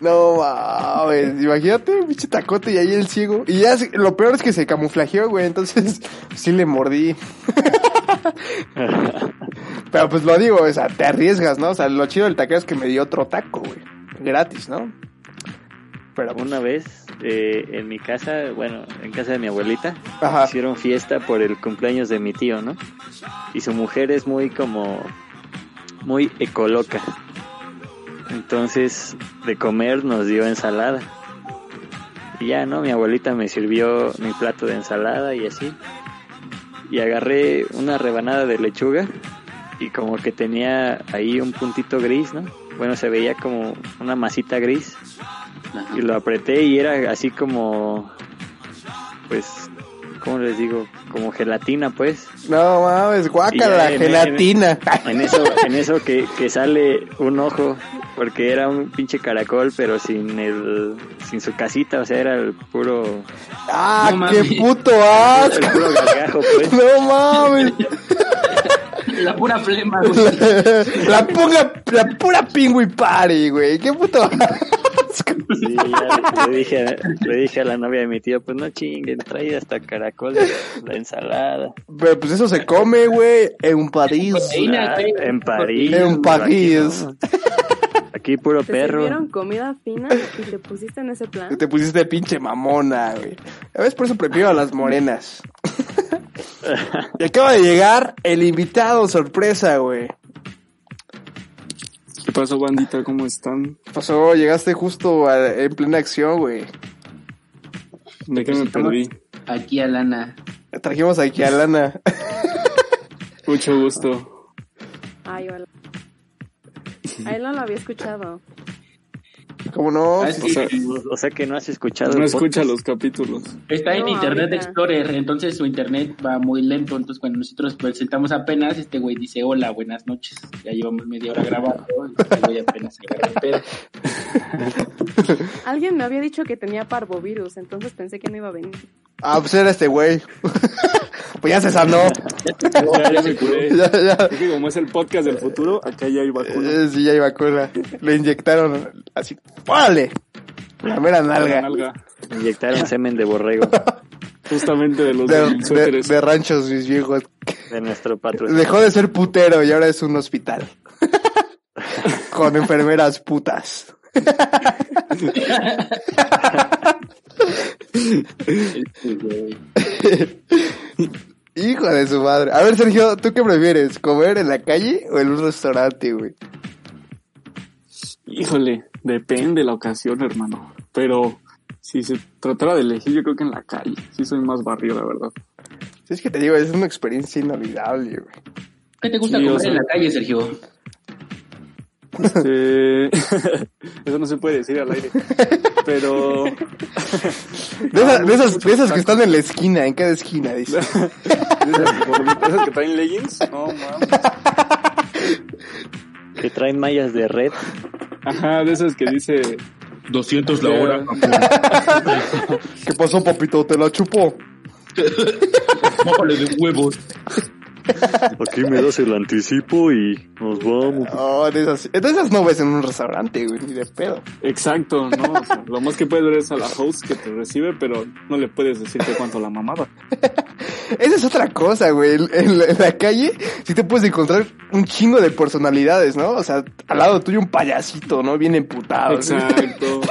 Speaker 1: No mames, imagínate, pinche tacote y ahí el ciego. Y ya, se- lo peor es que se camuflajeó, güey, entonces sí le mordí. Pero pues lo digo, o sea, te arriesgas, ¿no? O sea, lo chido del taquero es que me dio otro taco, güey. Gratis, ¿no? Pero pues,
Speaker 3: Una vez eh, en mi casa, bueno, en casa de mi abuelita,
Speaker 1: Ajá.
Speaker 3: hicieron fiesta por el cumpleaños de mi tío, ¿no? Y su mujer es muy como, muy ecoloca. Entonces, de comer nos dio ensalada. Y ya, ¿no? Mi abuelita me sirvió mi plato de ensalada y así. Y agarré una rebanada de lechuga y como que tenía ahí un puntito gris, ¿no? Bueno, se veía como una masita gris
Speaker 4: Ajá.
Speaker 3: y lo apreté y era así como pues cómo les digo como gelatina pues
Speaker 1: No mames, guácala,
Speaker 3: Y ya, en-
Speaker 1: gelatina.
Speaker 3: en eso en eso que, que sale un ojo porque era un pinche caracol pero sin el sin su casita o sea era el puro
Speaker 1: ¡Ah,
Speaker 4: No
Speaker 1: qué
Speaker 4: mames.
Speaker 1: puto
Speaker 3: el
Speaker 1: asco!
Speaker 3: puro gargajo pues
Speaker 1: ¡No mames!
Speaker 4: La pura flema, güey.
Speaker 1: La, ponga, la pura pingüi party, güey. ¡Qué puto asco!
Speaker 3: Sí, ya le dije a- le dije a la novia de mi tío pues no chinguen trae hasta caracol de la ensalada
Speaker 1: Pero pues eso se come, güey, en París.
Speaker 4: Proteína, güey.
Speaker 3: Ah, en París
Speaker 1: En París.
Speaker 3: aquí, no. Aquí puro
Speaker 5: Te
Speaker 3: perro
Speaker 5: sirvieron comida fina y te pusiste en ese plan.
Speaker 1: Te pusiste pinche mamona, güey. A veces por eso prefiero a las morenas. y acaba de llegar el invitado sorpresa, güey.
Speaker 2: ¿Qué pasó, bandita? ¿Cómo están?
Speaker 1: ¿Qué Pasó, llegaste justo a- en plena acción, güey.
Speaker 2: ¿De qué me perdí?
Speaker 4: Aquí a Lana.
Speaker 1: Trajimos aquí a Lana.
Speaker 2: Mucho gusto.
Speaker 5: Ay, hola. A él no lo había escuchado.
Speaker 1: ¿Cómo no? Pues,
Speaker 4: Ah, sí.
Speaker 2: O sea,
Speaker 3: Oh, o sea que no has escuchado
Speaker 2: no
Speaker 3: el
Speaker 2: escucha
Speaker 3: podcast.
Speaker 2: los capítulos.
Speaker 4: Está en
Speaker 5: No,
Speaker 4: Internet
Speaker 5: ahorita.
Speaker 4: Explorer, entonces su internet va muy lento. Entonces, cuando nosotros presentamos apenas, este güey dice: Hola, buenas noches. Ya llevamos media hora grabando. y Este güey apenas agarra el pedo.
Speaker 5: Alguien me había dicho que tenía parvovirus, entonces pensé que no iba a venir.
Speaker 1: Ah, pues era este güey. pues ya se sanó.
Speaker 2: Ya, ya me curé.
Speaker 1: ya, ya.
Speaker 2: Es que como es el podcast del futuro, acá ya hay vacuna.
Speaker 1: Eh, sí, ya hay vacuna. Le inyectaron así. ¡Órale! La mera
Speaker 2: La
Speaker 1: nalga.
Speaker 2: nalga.
Speaker 3: inyectaron semen de borrego
Speaker 2: Justamente de los
Speaker 1: De,
Speaker 2: de,
Speaker 1: de-
Speaker 2: suéteres.
Speaker 1: de ranchos, mis viejos.
Speaker 3: de nuestro patrocinador.
Speaker 1: Dejó de ser putero y ahora es un hospital. Con enfermeras putas.
Speaker 4: Este güey.
Speaker 1: Hijo de su madre. A ver, Sergio, ¿tú qué prefieres? ¿Comer en la calle o en un restaurante, güey?
Speaker 2: Híjole, depende la ocasión, hermano. Pero si se tratara de elegir, yo creo que en la calle. Sí soy más barrio, la verdad.
Speaker 1: Si es que te digo, es una experiencia inolvidable, güey.
Speaker 4: ¿Qué te gusta
Speaker 2: Sí, o
Speaker 4: comer
Speaker 2: sea.
Speaker 4: en la calle, Sergio?
Speaker 2: Este, Eso no se puede decir al aire. Pero
Speaker 1: De, esa-
Speaker 2: no,
Speaker 1: de esas,
Speaker 2: mucho
Speaker 1: de esas que
Speaker 2: taco.
Speaker 1: están en la esquina, en cada esquina, dice.
Speaker 2: esas que traen leggings, no mames.
Speaker 3: Que traen mallas de red.
Speaker 2: Ajá, de esas que dice
Speaker 6: 200 la
Speaker 2: Ya.
Speaker 6: hora.
Speaker 1: ¿Qué pasó, papito? ¿Te la chupó?
Speaker 6: Mójale de huevos.
Speaker 3: Aquí me das el anticipo y nos vamos.
Speaker 1: Oh, de esas, de esas no ves en un restaurante, güey, ni de pedo.
Speaker 2: Exacto, ¿no? O sea, lo más que puedes ver es a la host que te recibe, pero no le puedes decirte cuánto la mamada.
Speaker 1: Esa es otra cosa, güey. En, en la- en la calle sí te puedes encontrar un chingo de personalidades, ¿no? O sea, al lado tuyo un payasito, ¿no? Bien emputado. ¿sí?
Speaker 2: Exacto.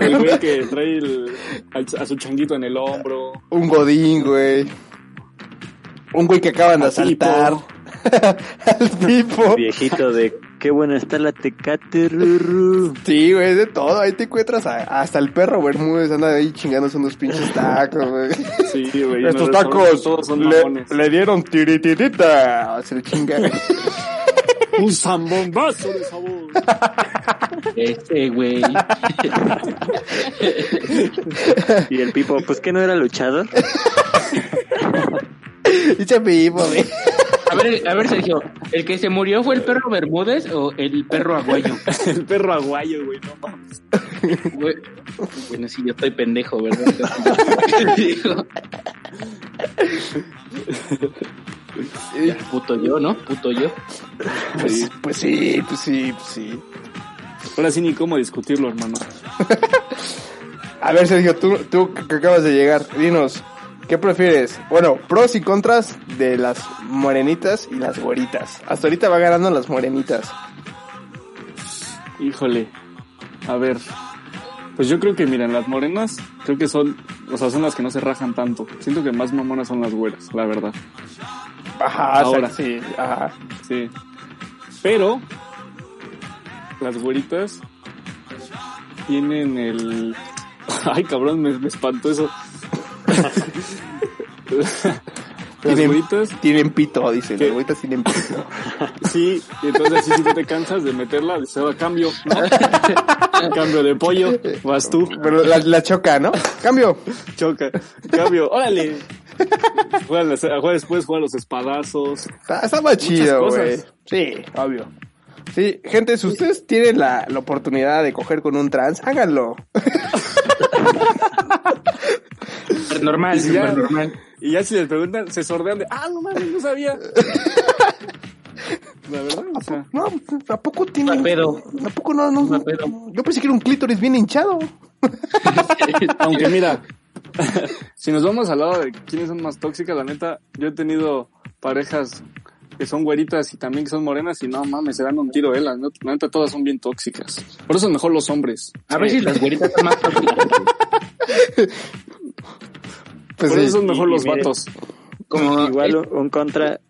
Speaker 2: El güey que trae el- al- a su changuito en el hombro.
Speaker 1: Un godín, güey. Un güey que acaban de
Speaker 2: Al tipo.
Speaker 1: asaltar. Al tipo.
Speaker 3: Viejito de qué buena está la tecate, Ruru.
Speaker 1: Sí, güey, de todo. Ahí te encuentras a- hasta el perro Bermúdez. Anda ahí chingándose unos pinches tacos, güey.
Speaker 2: Sí, güey. en el
Speaker 1: Estos
Speaker 2: restaurante
Speaker 1: tacos
Speaker 2: Todos son
Speaker 1: le,
Speaker 2: mamones.
Speaker 1: Ah, le dieron tirititita. Se le chinga.
Speaker 2: Un zambombazo de sabor.
Speaker 4: Este, güey.
Speaker 3: Y el Pipo, pues que no era luchador.
Speaker 1: Dice Pipo, güey.
Speaker 4: A ver, a ver, Sergio, ¿el que se murió fue el perro Bermúdez o el perro Aguayo?
Speaker 2: El perro aguayo, güey, no mames.
Speaker 4: Güey, Bueno, sí, yo estoy pendejo, ¿verdad? Digo. Ya, Puto yo, ¿no? Puto yo.
Speaker 1: Pues, pues sí, pues sí, pues sí.
Speaker 2: Ahora sí ni cómo discutirlo, hermano.
Speaker 1: A ver, Sergio, tú, tú que acabas de llegar, dinos, ¿qué prefieres? Bueno, pros y contras de las morenitas y las güeritas. Hasta ahorita va ganando las morenitas.
Speaker 2: Híjole. A ver. Pues yo creo que, miren, las morenas, creo que son, o sea, son las que no se rajan tanto. Siento que más mamonas son las güeras, la verdad.
Speaker 1: Ajá,
Speaker 2: Ahora.
Speaker 1: Ahora. sí, ajá.
Speaker 2: Sí. Pero las güeritas tienen el. Ay, cabrón, me, me espantó eso. las
Speaker 1: Tienen-
Speaker 2: güeritas,
Speaker 1: Tienen pito, dicen.
Speaker 2: ¿Qué?
Speaker 1: Las güeritas tienen pito.
Speaker 2: sí. y Entonces, sí, si no te cansas de meterla, se va a cambio, ¿no? cambio de pollo, vas tú,
Speaker 1: Pero la, la choca, ¿no? Cambio.
Speaker 2: choca, cambio, órale. Juega, las- juega después, juega los espadazos.
Speaker 1: Está, está más chido,
Speaker 2: cosas.
Speaker 1: güey. Sí, obvio. Sí, gente, si ustedes tienen la, la oportunidad de coger con un trans, háganlo.
Speaker 4: Normal,
Speaker 2: Sí, ya.
Speaker 4: súper normal.
Speaker 2: Y ya si les preguntan, se sordean de, ah, no mames, no sabía. La verdad, o sea,
Speaker 1: No, ¿a poco tienen?
Speaker 4: No hay pedo.
Speaker 1: ¿A poco no? no,
Speaker 4: No hay pedo.
Speaker 1: Yo pensé que era un clítoris bien hinchado.
Speaker 2: aunque mira, si nos vamos al lado de quiénes son más tóxicas, la neta, yo he tenido parejas que son güeritas y también que son morenas y no mames, se dan un tiro elas, ¿no? la neta todas son bien tóxicas. Por eso mejor los hombres.
Speaker 4: A ver si las güeritas son más tóxicas, güey.
Speaker 1: Pues
Speaker 2: Por
Speaker 1: sí.
Speaker 2: eso son mejor
Speaker 3: y- y
Speaker 2: los
Speaker 3: mire-
Speaker 2: vatos.
Speaker 4: Como
Speaker 3: Igual un, un contra.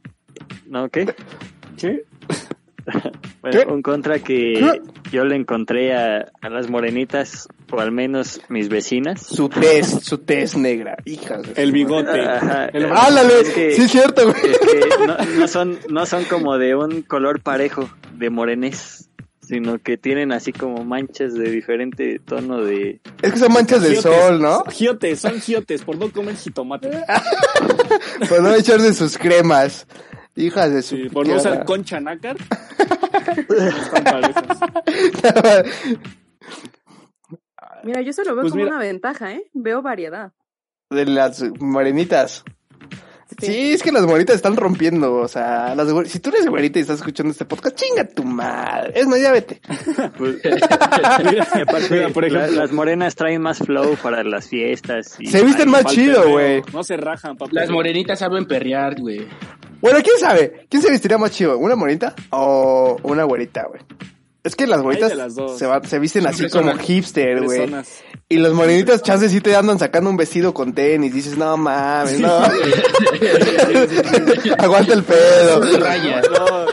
Speaker 3: ¿No qué?
Speaker 2: ¿Qué?
Speaker 3: Bueno,
Speaker 1: ¿Qué?
Speaker 3: un contra que yo le encontré a, a las morenitas, o al menos mis vecinas.
Speaker 1: Su tez, su tez negra, hija. de-
Speaker 2: El bigote.
Speaker 3: Ajá.
Speaker 2: El brazo.
Speaker 1: ¡Álale!
Speaker 3: Es que-
Speaker 1: Sí, es cierto, güey.
Speaker 3: Es que no, no son, no son como de un color parejo de morenés, sino que tienen así como manchas de diferente tono de...
Speaker 1: Es que son manchas del
Speaker 2: Giotes.
Speaker 1: sol, ¿no?
Speaker 2: Giotes, son giotes, por no comer jitomate.
Speaker 1: Por Pues no echarse sus cremas. Hijas de su.
Speaker 2: Sí, por no
Speaker 1: piqueada.
Speaker 2: usar concha nácar. Están parejas.
Speaker 5: Mira, yo se lo veo
Speaker 2: Pues
Speaker 5: como
Speaker 2: mira.
Speaker 5: una ventaja, ¿eh? Veo variedad.
Speaker 1: De las morenitas. Sí. es que las güeritas están rompiendo, o sea, las güer- si tú eres güerita y estás escuchando este podcast, chinga tu madre. Es más, ya vete.
Speaker 2: Mira, mira, por
Speaker 3: La-
Speaker 2: ejemplo, Ah,
Speaker 3: las morenas traen más flow para las fiestas. Y
Speaker 1: Se visten
Speaker 3: Ay,
Speaker 1: más
Speaker 2: Pa'l
Speaker 1: chido,
Speaker 2: perreo.
Speaker 1: güey.
Speaker 2: No se rajan, papá.
Speaker 4: las morenitas saben perrear, güey.
Speaker 1: Bueno, ¿quién sabe? ¿Quién se vestiría más chido? ¿Una morenita o una güerita, güey? Es que las güeritas
Speaker 2: de las dos.
Speaker 1: se, van- se visten así
Speaker 4: Personas.
Speaker 1: como hipster, güey.
Speaker 2: Personas.
Speaker 1: Y las morenitas chances sí te andan sacando un vestido con tenis. Dices, no mames, no. Aguanta el pedo.
Speaker 4: Raya.
Speaker 2: No.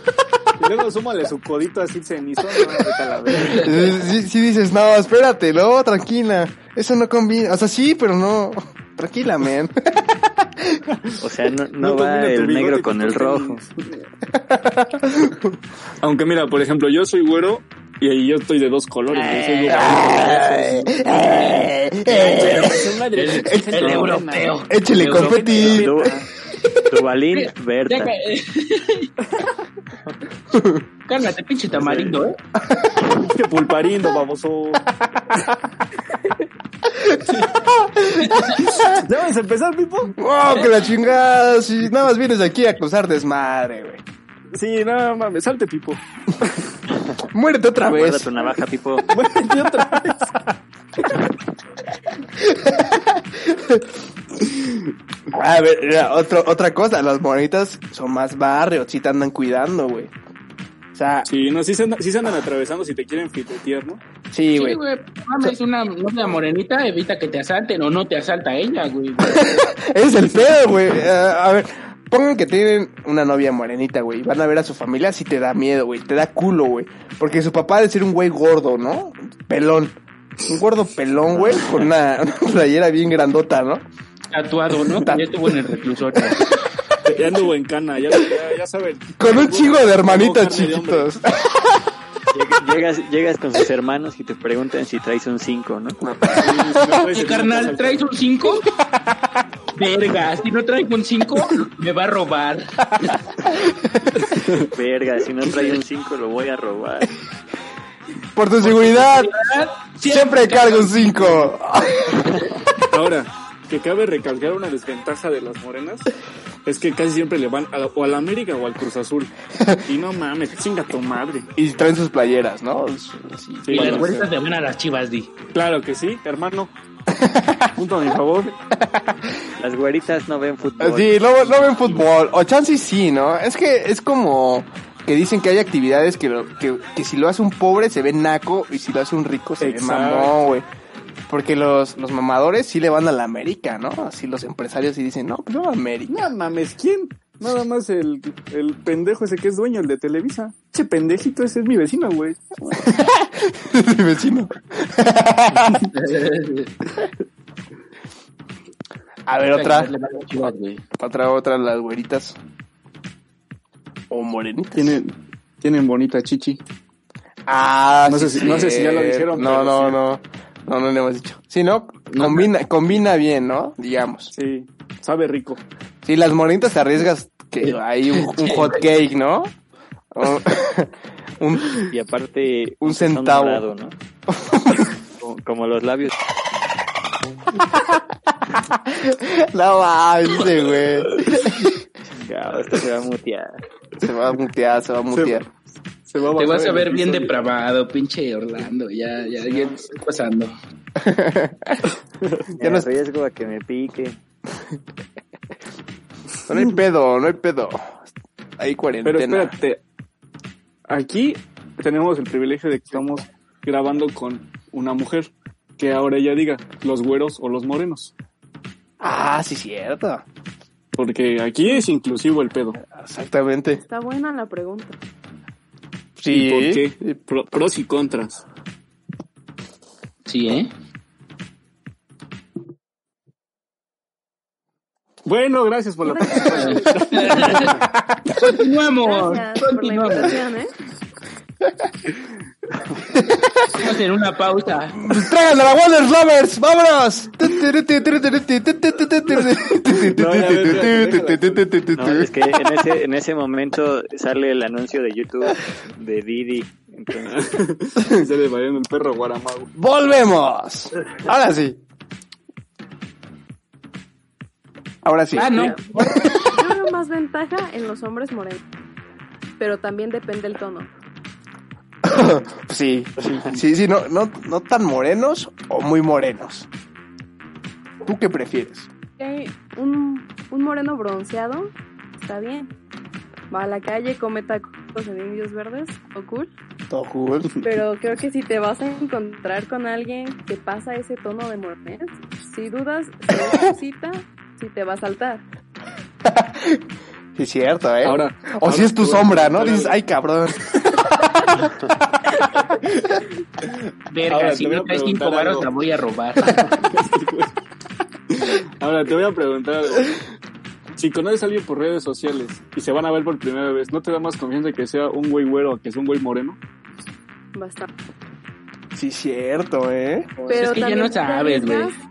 Speaker 2: Y luego súmale su codito así cenizo. No, vete a la verga.
Speaker 1: Sí, sí dices, no, espérate, no, tranquila. Eso no combina. O sea, sí, pero no. Tranquila, man.
Speaker 3: O sea, no, no
Speaker 2: combina
Speaker 3: va
Speaker 2: tu
Speaker 3: el
Speaker 2: bigote
Speaker 3: negro con el
Speaker 2: tus
Speaker 3: rojo.
Speaker 2: tenis. Aunque mira, por ejemplo, yo soy güero y ahí yo estoy de dos colores. Yo soy
Speaker 1: Ay, ay, ay.
Speaker 4: El europeo.
Speaker 1: Échele confeti.
Speaker 3: Du- Dubalín
Speaker 4: Ya
Speaker 3: Berta.
Speaker 4: eh. ca- Cálmate, pinche tamarindo, ¿eh?
Speaker 2: Este pulparindo, baboso. ¿Ya vamos a empezar, Pipo?
Speaker 1: Oh, que la chingada. Si nada más vienes aquí a cruzar desmadre, güey.
Speaker 2: Sí, no mames, salte, Pipo.
Speaker 1: Muérete otra
Speaker 3: Guarda
Speaker 1: vez.
Speaker 3: tu navaja, tipo.
Speaker 2: Muérete otra vez.
Speaker 1: A ver, mira, otro- otra cosa, las morenitas son más barrios, sí te andan cuidando, güey. O sea,
Speaker 2: Sí, no, sí se, andan, sí se andan atravesando si te quieren filetear, ¿no?
Speaker 1: sí,
Speaker 4: Sí,
Speaker 1: güey.
Speaker 4: güey. Mames, una novia morenita evita que te asalten o no te asalta ella, güey.
Speaker 1: es el pedo, güey. Eh, a ver, pongan que tienen una novia morenita, güey. y Van a ver a su familia si te da miedo, güey. Te da culo, güey. Porque su papá debe ser un güey gordo, ¿no? Pelón. Un gordo pelón, güey, con una, una playera bien grandota, ¿no?
Speaker 4: Tatuado, ¿no? Ya estuvo en el reclusorio.
Speaker 2: Ya anduvo en cana, ya, ya, ya saben.
Speaker 1: Con un chingo de hermanitas
Speaker 2: Carne de hombre.
Speaker 1: chiquitos.
Speaker 3: Llega- Llegas, llegas con sus hermanos y te preguntan si traes un 5, ¿no?
Speaker 2: pues,
Speaker 4: Oye, carnal, ¿traes un 5? Verga, si no traigo un 5, me va a robar.
Speaker 3: Verga, si no traes un 5 lo voy a robar.
Speaker 1: Por tu seguridad, siempre cargo un 5.
Speaker 2: Ahora, que cabe recalcar una desventaja de las morenas es que casi siempre le van a la- o al América o al Cruz Azul. Y no mames, chinga tu madre.
Speaker 1: Y traen sus playeras, ¿no?
Speaker 2: Sí,
Speaker 4: Y las
Speaker 2: bueno,
Speaker 4: vueltas de van a las chivas, di.
Speaker 2: Claro que sí, hermano. Punto a mi favor.
Speaker 3: Las güeritas no ven fútbol.
Speaker 1: Ah, Sí, no, no ven fútbol. O chance y sí, ¿no? Es que es como que dicen que hay actividades que, lo- que, que si lo hace un pobre se ve naco y si lo hace un rico se
Speaker 2: Exacto.
Speaker 1: ve mamón, güey. Porque los, los mamadores sí le van a la América, ¿no? Así los empresarios sí dicen, no, pues yo a América.
Speaker 2: No mames, ¿quién? Nada más el, el pendejo ese que es dueño, el de Televisa. Ese pendejito ese es mi vecino, güey.
Speaker 1: Mi vecino. a ver, otra,
Speaker 4: Le van a las chivas, güey.
Speaker 1: otra, otra, las güeritas. O morenitas.
Speaker 2: Tienen, tienen bonita chichi.
Speaker 1: Ah,
Speaker 2: No
Speaker 1: sí,
Speaker 2: sé si- no sé si ya lo dijeron,
Speaker 1: No,
Speaker 2: pero
Speaker 1: no,
Speaker 2: sí.
Speaker 1: no. No, no le hemos dicho. Sí, ¿no? Combina, combina bien, ¿no? Digamos.
Speaker 2: Sí, sabe rico.
Speaker 1: Si las morenitas te arriesgas que hay un, un hot cake, ¿no? O- un,
Speaker 3: Y aparte, pues,
Speaker 1: Un
Speaker 3: son
Speaker 1: centavo.
Speaker 3: morado, ¿no? Como- Como los labios.
Speaker 1: no avance, güey.
Speaker 3: Ya, esto se va a mutear.
Speaker 1: Se va a mutear, se va a mutear.
Speaker 2: Se va
Speaker 4: Te
Speaker 2: bajar
Speaker 4: vas a
Speaker 2: el
Speaker 4: ver bien
Speaker 2: episodio.
Speaker 4: depravado, pinche Orlando. Ya, ya, ya te estoy pasando.
Speaker 1: Ya
Speaker 3: Me
Speaker 1: no es-
Speaker 3: arriesgo a que me pique.
Speaker 1: No hay pedo, no hay pedo. Hay cuarentena.
Speaker 2: Pero espérate, aquí tenemos el privilegio de que estamos grabando con una mujer. Que ahora ella diga, los güeros o los morenos.
Speaker 1: Ah, sí, cierto.
Speaker 2: Porque aquí es inclusivo el pedo.
Speaker 1: Exactamente.
Speaker 5: Está buena la pregunta.
Speaker 1: Sí.
Speaker 2: ¿Y por qué? Pro- pros y contras.
Speaker 4: Sí, ¿eh?
Speaker 2: Bueno, gracias por la participación.
Speaker 4: Continuamos,
Speaker 5: Gracias por la
Speaker 4: continuamos.
Speaker 5: invitación, ¿eh?
Speaker 4: Vamos a hacer una pausa.
Speaker 1: ¡Traigan a la Wonder Lovers! ¡Vámonos!
Speaker 3: No, es que en ese, en ese momento sale el anuncio de YouTube de Didi. Entonces,
Speaker 2: Se le va yendo el perro guaramago.
Speaker 1: ¡Volvemos! Ahora sí. Ahora sí.
Speaker 4: Ah, no.
Speaker 5: Yo veo más ventaja en los hombres morenos. Pero también depende el tono.
Speaker 1: Sí, sí, sí, sí, no, no, no tan morenos o muy morenos. ¿Tú qué prefieres?
Speaker 5: Ok, Un, un moreno bronceado está bien. Va a la calle, come tacos en indios verdes, o cool.
Speaker 1: Todo cool.
Speaker 5: Pero creo que si te vas a encontrar con alguien que pasa ese tono de morenés, si dudas, si es tu cita, si te va a saltar.
Speaker 1: Sí, cierto, ¿eh?
Speaker 2: Ahora.
Speaker 1: o si
Speaker 2: ahora
Speaker 1: es tu
Speaker 2: te voy a
Speaker 1: sombra, ¿no?
Speaker 2: preguntar
Speaker 1: Dices,
Speaker 2: algo.
Speaker 1: ay, cabrón.
Speaker 4: Verga,
Speaker 2: Ahora,
Speaker 4: si
Speaker 2: te voy
Speaker 4: no
Speaker 2: a
Speaker 4: traes cinco
Speaker 2: preguntar
Speaker 4: varos,
Speaker 2: algo.
Speaker 4: la voy a robar.
Speaker 2: Ahora te voy a preguntar algo. Si conoces a alguien por redes sociales y se van a ver por primera vez, ¿no te da más confianza que sea un güey güero a que sea un güey moreno?
Speaker 5: Bastante.
Speaker 1: Sí, cierto, ¿eh?
Speaker 5: Pero
Speaker 4: es que ya
Speaker 5: también
Speaker 4: no
Speaker 5: te
Speaker 4: sabes, güey.
Speaker 5: arriesgas-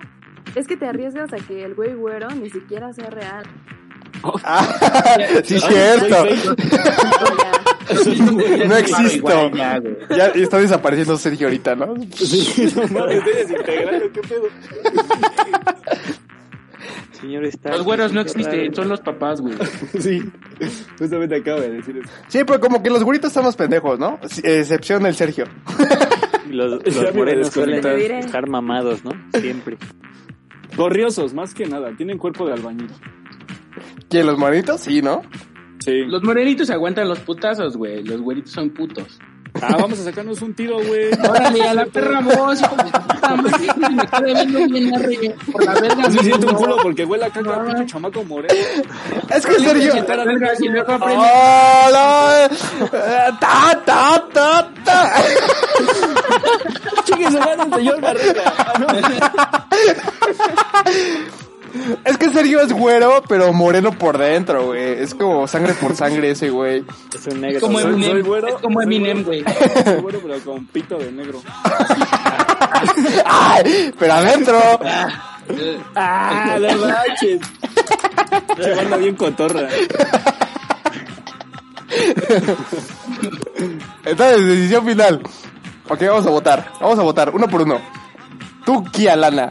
Speaker 5: Es que te arriesgas a que el güey güero ni siquiera sea real.
Speaker 1: Ah, sí, cierto.
Speaker 5: Ya,
Speaker 1: No existo.
Speaker 4: Ya, güey.
Speaker 1: Ya está desapareciendo Sergio ahorita, ¿no?
Speaker 2: Sí, no mames, estoy desintegrado, qué pedo.
Speaker 3: señor está.
Speaker 4: Los güeros no existen, son los papás, güey.
Speaker 2: Sí, justamente acabo de decir eso.
Speaker 1: Sí, pero como que los güeritos están los pendejos, ¿no? Sí, Excepción del Sergio.
Speaker 3: Los,
Speaker 2: Ya me
Speaker 3: los morenos suelen
Speaker 2: desconectaste.
Speaker 3: estar mamados, ¿no? Siempre.
Speaker 2: Gorriosos, más que nada, tienen cuerpo de albañil.
Speaker 1: ¿Quién, los morenitos? Sí, ¿no?
Speaker 2: Sí.
Speaker 4: Los morenitos aguantan los putazos, güey. Los güeritos son putos.
Speaker 2: Ah, vamos a sacarnos un tiro, güey.
Speaker 4: Órale, a la perra voz, hijo de puta madre, me quedé viendo bien arre, por la verga.
Speaker 2: No se siente un
Speaker 4: no.
Speaker 2: culo porque huele a caca,
Speaker 4: No.
Speaker 2: pinche chamaco moreno.
Speaker 1: Es que Sergio...
Speaker 4: Sienta la verga, si luego aprende.
Speaker 1: ¡Hola! Eh, ¡Ta, ta, ta, ta!
Speaker 2: Ah, Chingue su madre, señor Barriga.
Speaker 1: Es que Sergio es güero, pero moreno por dentro, güey. Es como sangre por sangre ese güey.
Speaker 3: Es un negro.
Speaker 4: Como
Speaker 2: Soy- soy
Speaker 4: Eminem,
Speaker 2: güero,
Speaker 4: es como
Speaker 2: soy
Speaker 4: Eminem, güey.
Speaker 2: Soy güero, pero con pito de negro.
Speaker 1: ¡Ay! Pero adentro.
Speaker 2: ¡Ah, no manches! Se manda bien cotorra.
Speaker 1: Entonces, decisión final. Ok, vamos a votar. Vamos a votar, uno por uno. Tú, Kia Lana.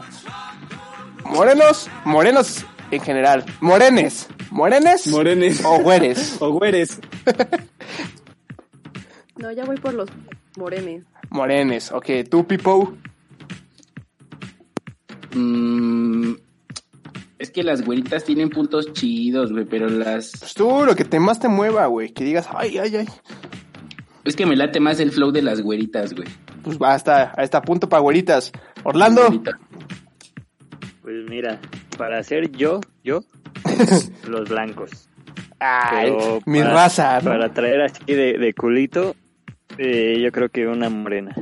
Speaker 1: Morenos, morenos en general. Morenes. ¿Morenes?
Speaker 2: Morenes.
Speaker 1: O güeres.
Speaker 2: O güeres.
Speaker 5: No, ya voy por los morenes.
Speaker 1: Morenes. Ok, tú, Pipo.
Speaker 4: Mm, es que las güeritas tienen puntos chidos, güey, pero las...
Speaker 1: Pues tú, lo que te más te mueva, güey. Que digas, ay, ay, ay.
Speaker 4: Es que me late más el flow de las güeritas, güey.
Speaker 1: Pues va hasta, hasta punto para güeritas. Orlando.
Speaker 4: Güerita.
Speaker 3: Pues mira, para ser yo, yo, los blancos.
Speaker 1: Ay,
Speaker 3: Pero
Speaker 1: mi
Speaker 3: para-
Speaker 1: raza. ¿no?
Speaker 3: Para traer así de, de culito, eh, yo creo que una morena.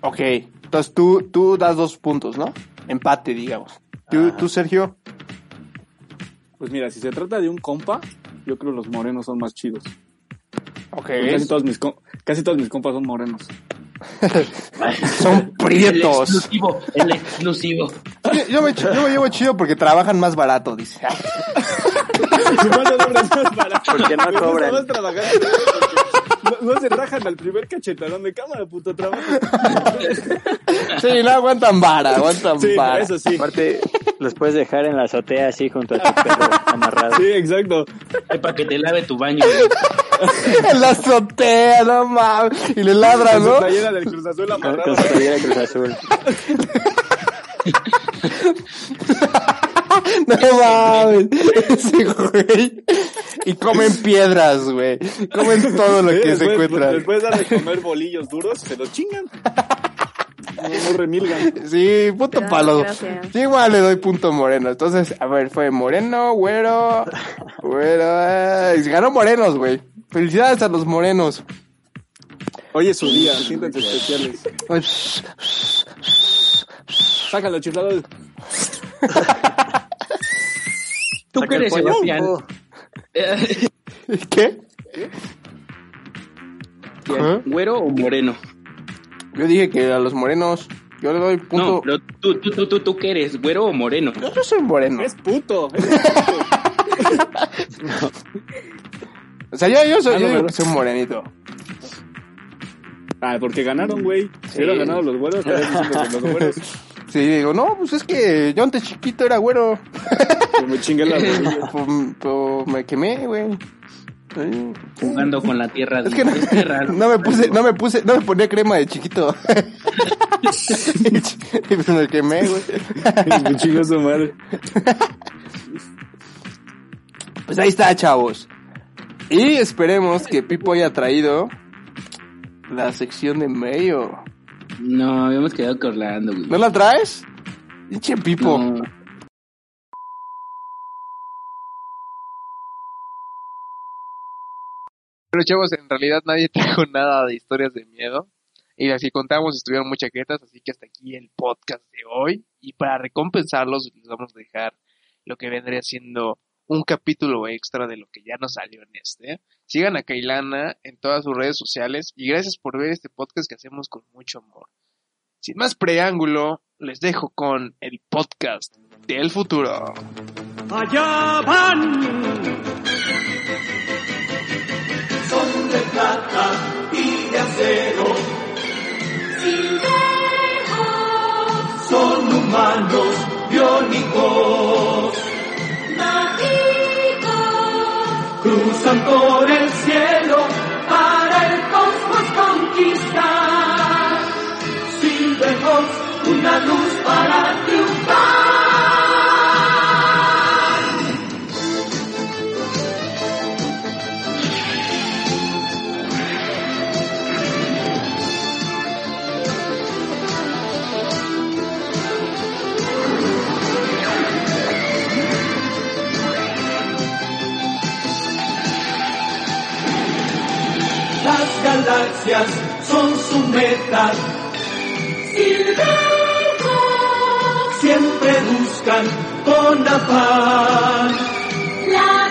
Speaker 1: Ok, entonces tú, tú das dos puntos, ¿no? Empate, digamos. Tú,
Speaker 2: Ah.
Speaker 3: Ajá.
Speaker 1: tú, Sergio.
Speaker 2: Pues mira, si se trata de un compa, yo creo los morenos son más chidos.
Speaker 1: Ok.
Speaker 2: Casi todos, mis com- casi todos mis compas son morenos.
Speaker 1: Son
Speaker 4: El
Speaker 1: prietos.
Speaker 4: exclusivo, el exclusivo.
Speaker 1: Yo- Yo me, ch- yo me llevo chido porque trabajan más barato, dice.
Speaker 2: Su mano de obra es más barata.
Speaker 3: ¿Por qué no
Speaker 2: Me gusta
Speaker 3: cobran?
Speaker 2: más trabajar en el campo, porque No, no se rajan al primer cachetadón de cámara, puto trabajo.
Speaker 1: Sí, no aguantan vara, aguantan
Speaker 2: Sí,
Speaker 1: vara.
Speaker 2: eso sí.
Speaker 3: Aparte, los puedes dejar en la azotea así junto a tu perro amarrado.
Speaker 2: Sí, exacto.
Speaker 4: Ay, para que te lave tu baño, güey.
Speaker 1: En la azotea, no mames. Y le ladran,
Speaker 2: Con su
Speaker 1: ¿no?
Speaker 2: playera del Cruz Azul
Speaker 3: Con,
Speaker 2: amarrada.
Speaker 3: con su playera Cruz Azul.
Speaker 1: No mames. Este, Ese güey. Y comen piedras, güey. Comen todo lo
Speaker 2: Sí,
Speaker 1: que se
Speaker 2: después-
Speaker 1: encuentran.
Speaker 2: Después de comer bolillos duros, se los chingan. No, no remilgan.
Speaker 1: Sí, punto
Speaker 5: Gracias,
Speaker 1: palo.
Speaker 5: gracias.
Speaker 1: Sí, igual le doy punto moreno. Entonces, a ver, fue moreno, güero, güero. eh, ganó morenos, güey. Felicidades a los morenos.
Speaker 2: Hoy es su día, siéntanse especiales.
Speaker 1: Ay,
Speaker 2: Sácalo, chiflado.
Speaker 4: Tú que eres Sebastián. Eh,
Speaker 1: ¿Qué?
Speaker 4: ¿quién?
Speaker 1: Ajá.
Speaker 4: ¿Güero o moreno?
Speaker 1: Yo dije que a los morenos. Yo le doy punto.
Speaker 4: No, pero tú, tú, tú, tú, tú que eres, güero o moreno.
Speaker 1: Yo no soy moreno.
Speaker 2: Es puto. eres puto.
Speaker 1: O sea, yo, yo soy,
Speaker 2: Ah, no,
Speaker 1: yo digo
Speaker 2: ¿verdad?
Speaker 1: que soy morenito.
Speaker 2: Ah, porque ganaron, güey. Si hubieran ganado los güeros, estarían diciendo que los güeros.
Speaker 1: Sí, digo, no, pues es que yo antes chiquito era güero.
Speaker 2: Yo me chingué la rodilla.
Speaker 1: Pues, pues, me quemé, güey. Sí.
Speaker 4: Jugando con la tierra.
Speaker 1: Es que no,
Speaker 4: es tierra.
Speaker 1: no me puse, no me puse, no me ponía crema de chiquito. y pues me quemé, güey.
Speaker 2: Me chingo su madre.
Speaker 1: Pues ahí está, chavos. Y esperemos que Pipo haya traído la sección de medio.
Speaker 4: No, habíamos quedado con Orlando, güey.
Speaker 1: ¿No la traes? Pinche Pipo.
Speaker 4: No.
Speaker 7: Pero chavos, en realidad nadie trajo nada de historias de miedo. Y las que contamos estuvieron muy chaquetas, así que hasta aquí el podcast de hoy. Y para recompensarlos, les vamos a dejar lo que vendría siendo un capítulo extra de lo que ya nos salió en este. Sigan a Kailana en todas sus redes sociales y gracias por ver este podcast que hacemos con mucho amor. Sin más preámbulo, les dejo con el podcast del futuro.
Speaker 8: allá van. Son de plata y de acero. Son humanos biónicos. Cruzan por el cielo para el cosmos conquistar. Silvejos, una luz para triunfar. Las galaxias son su meta. Silverhawks. siempre buscan con afán.
Speaker 9: La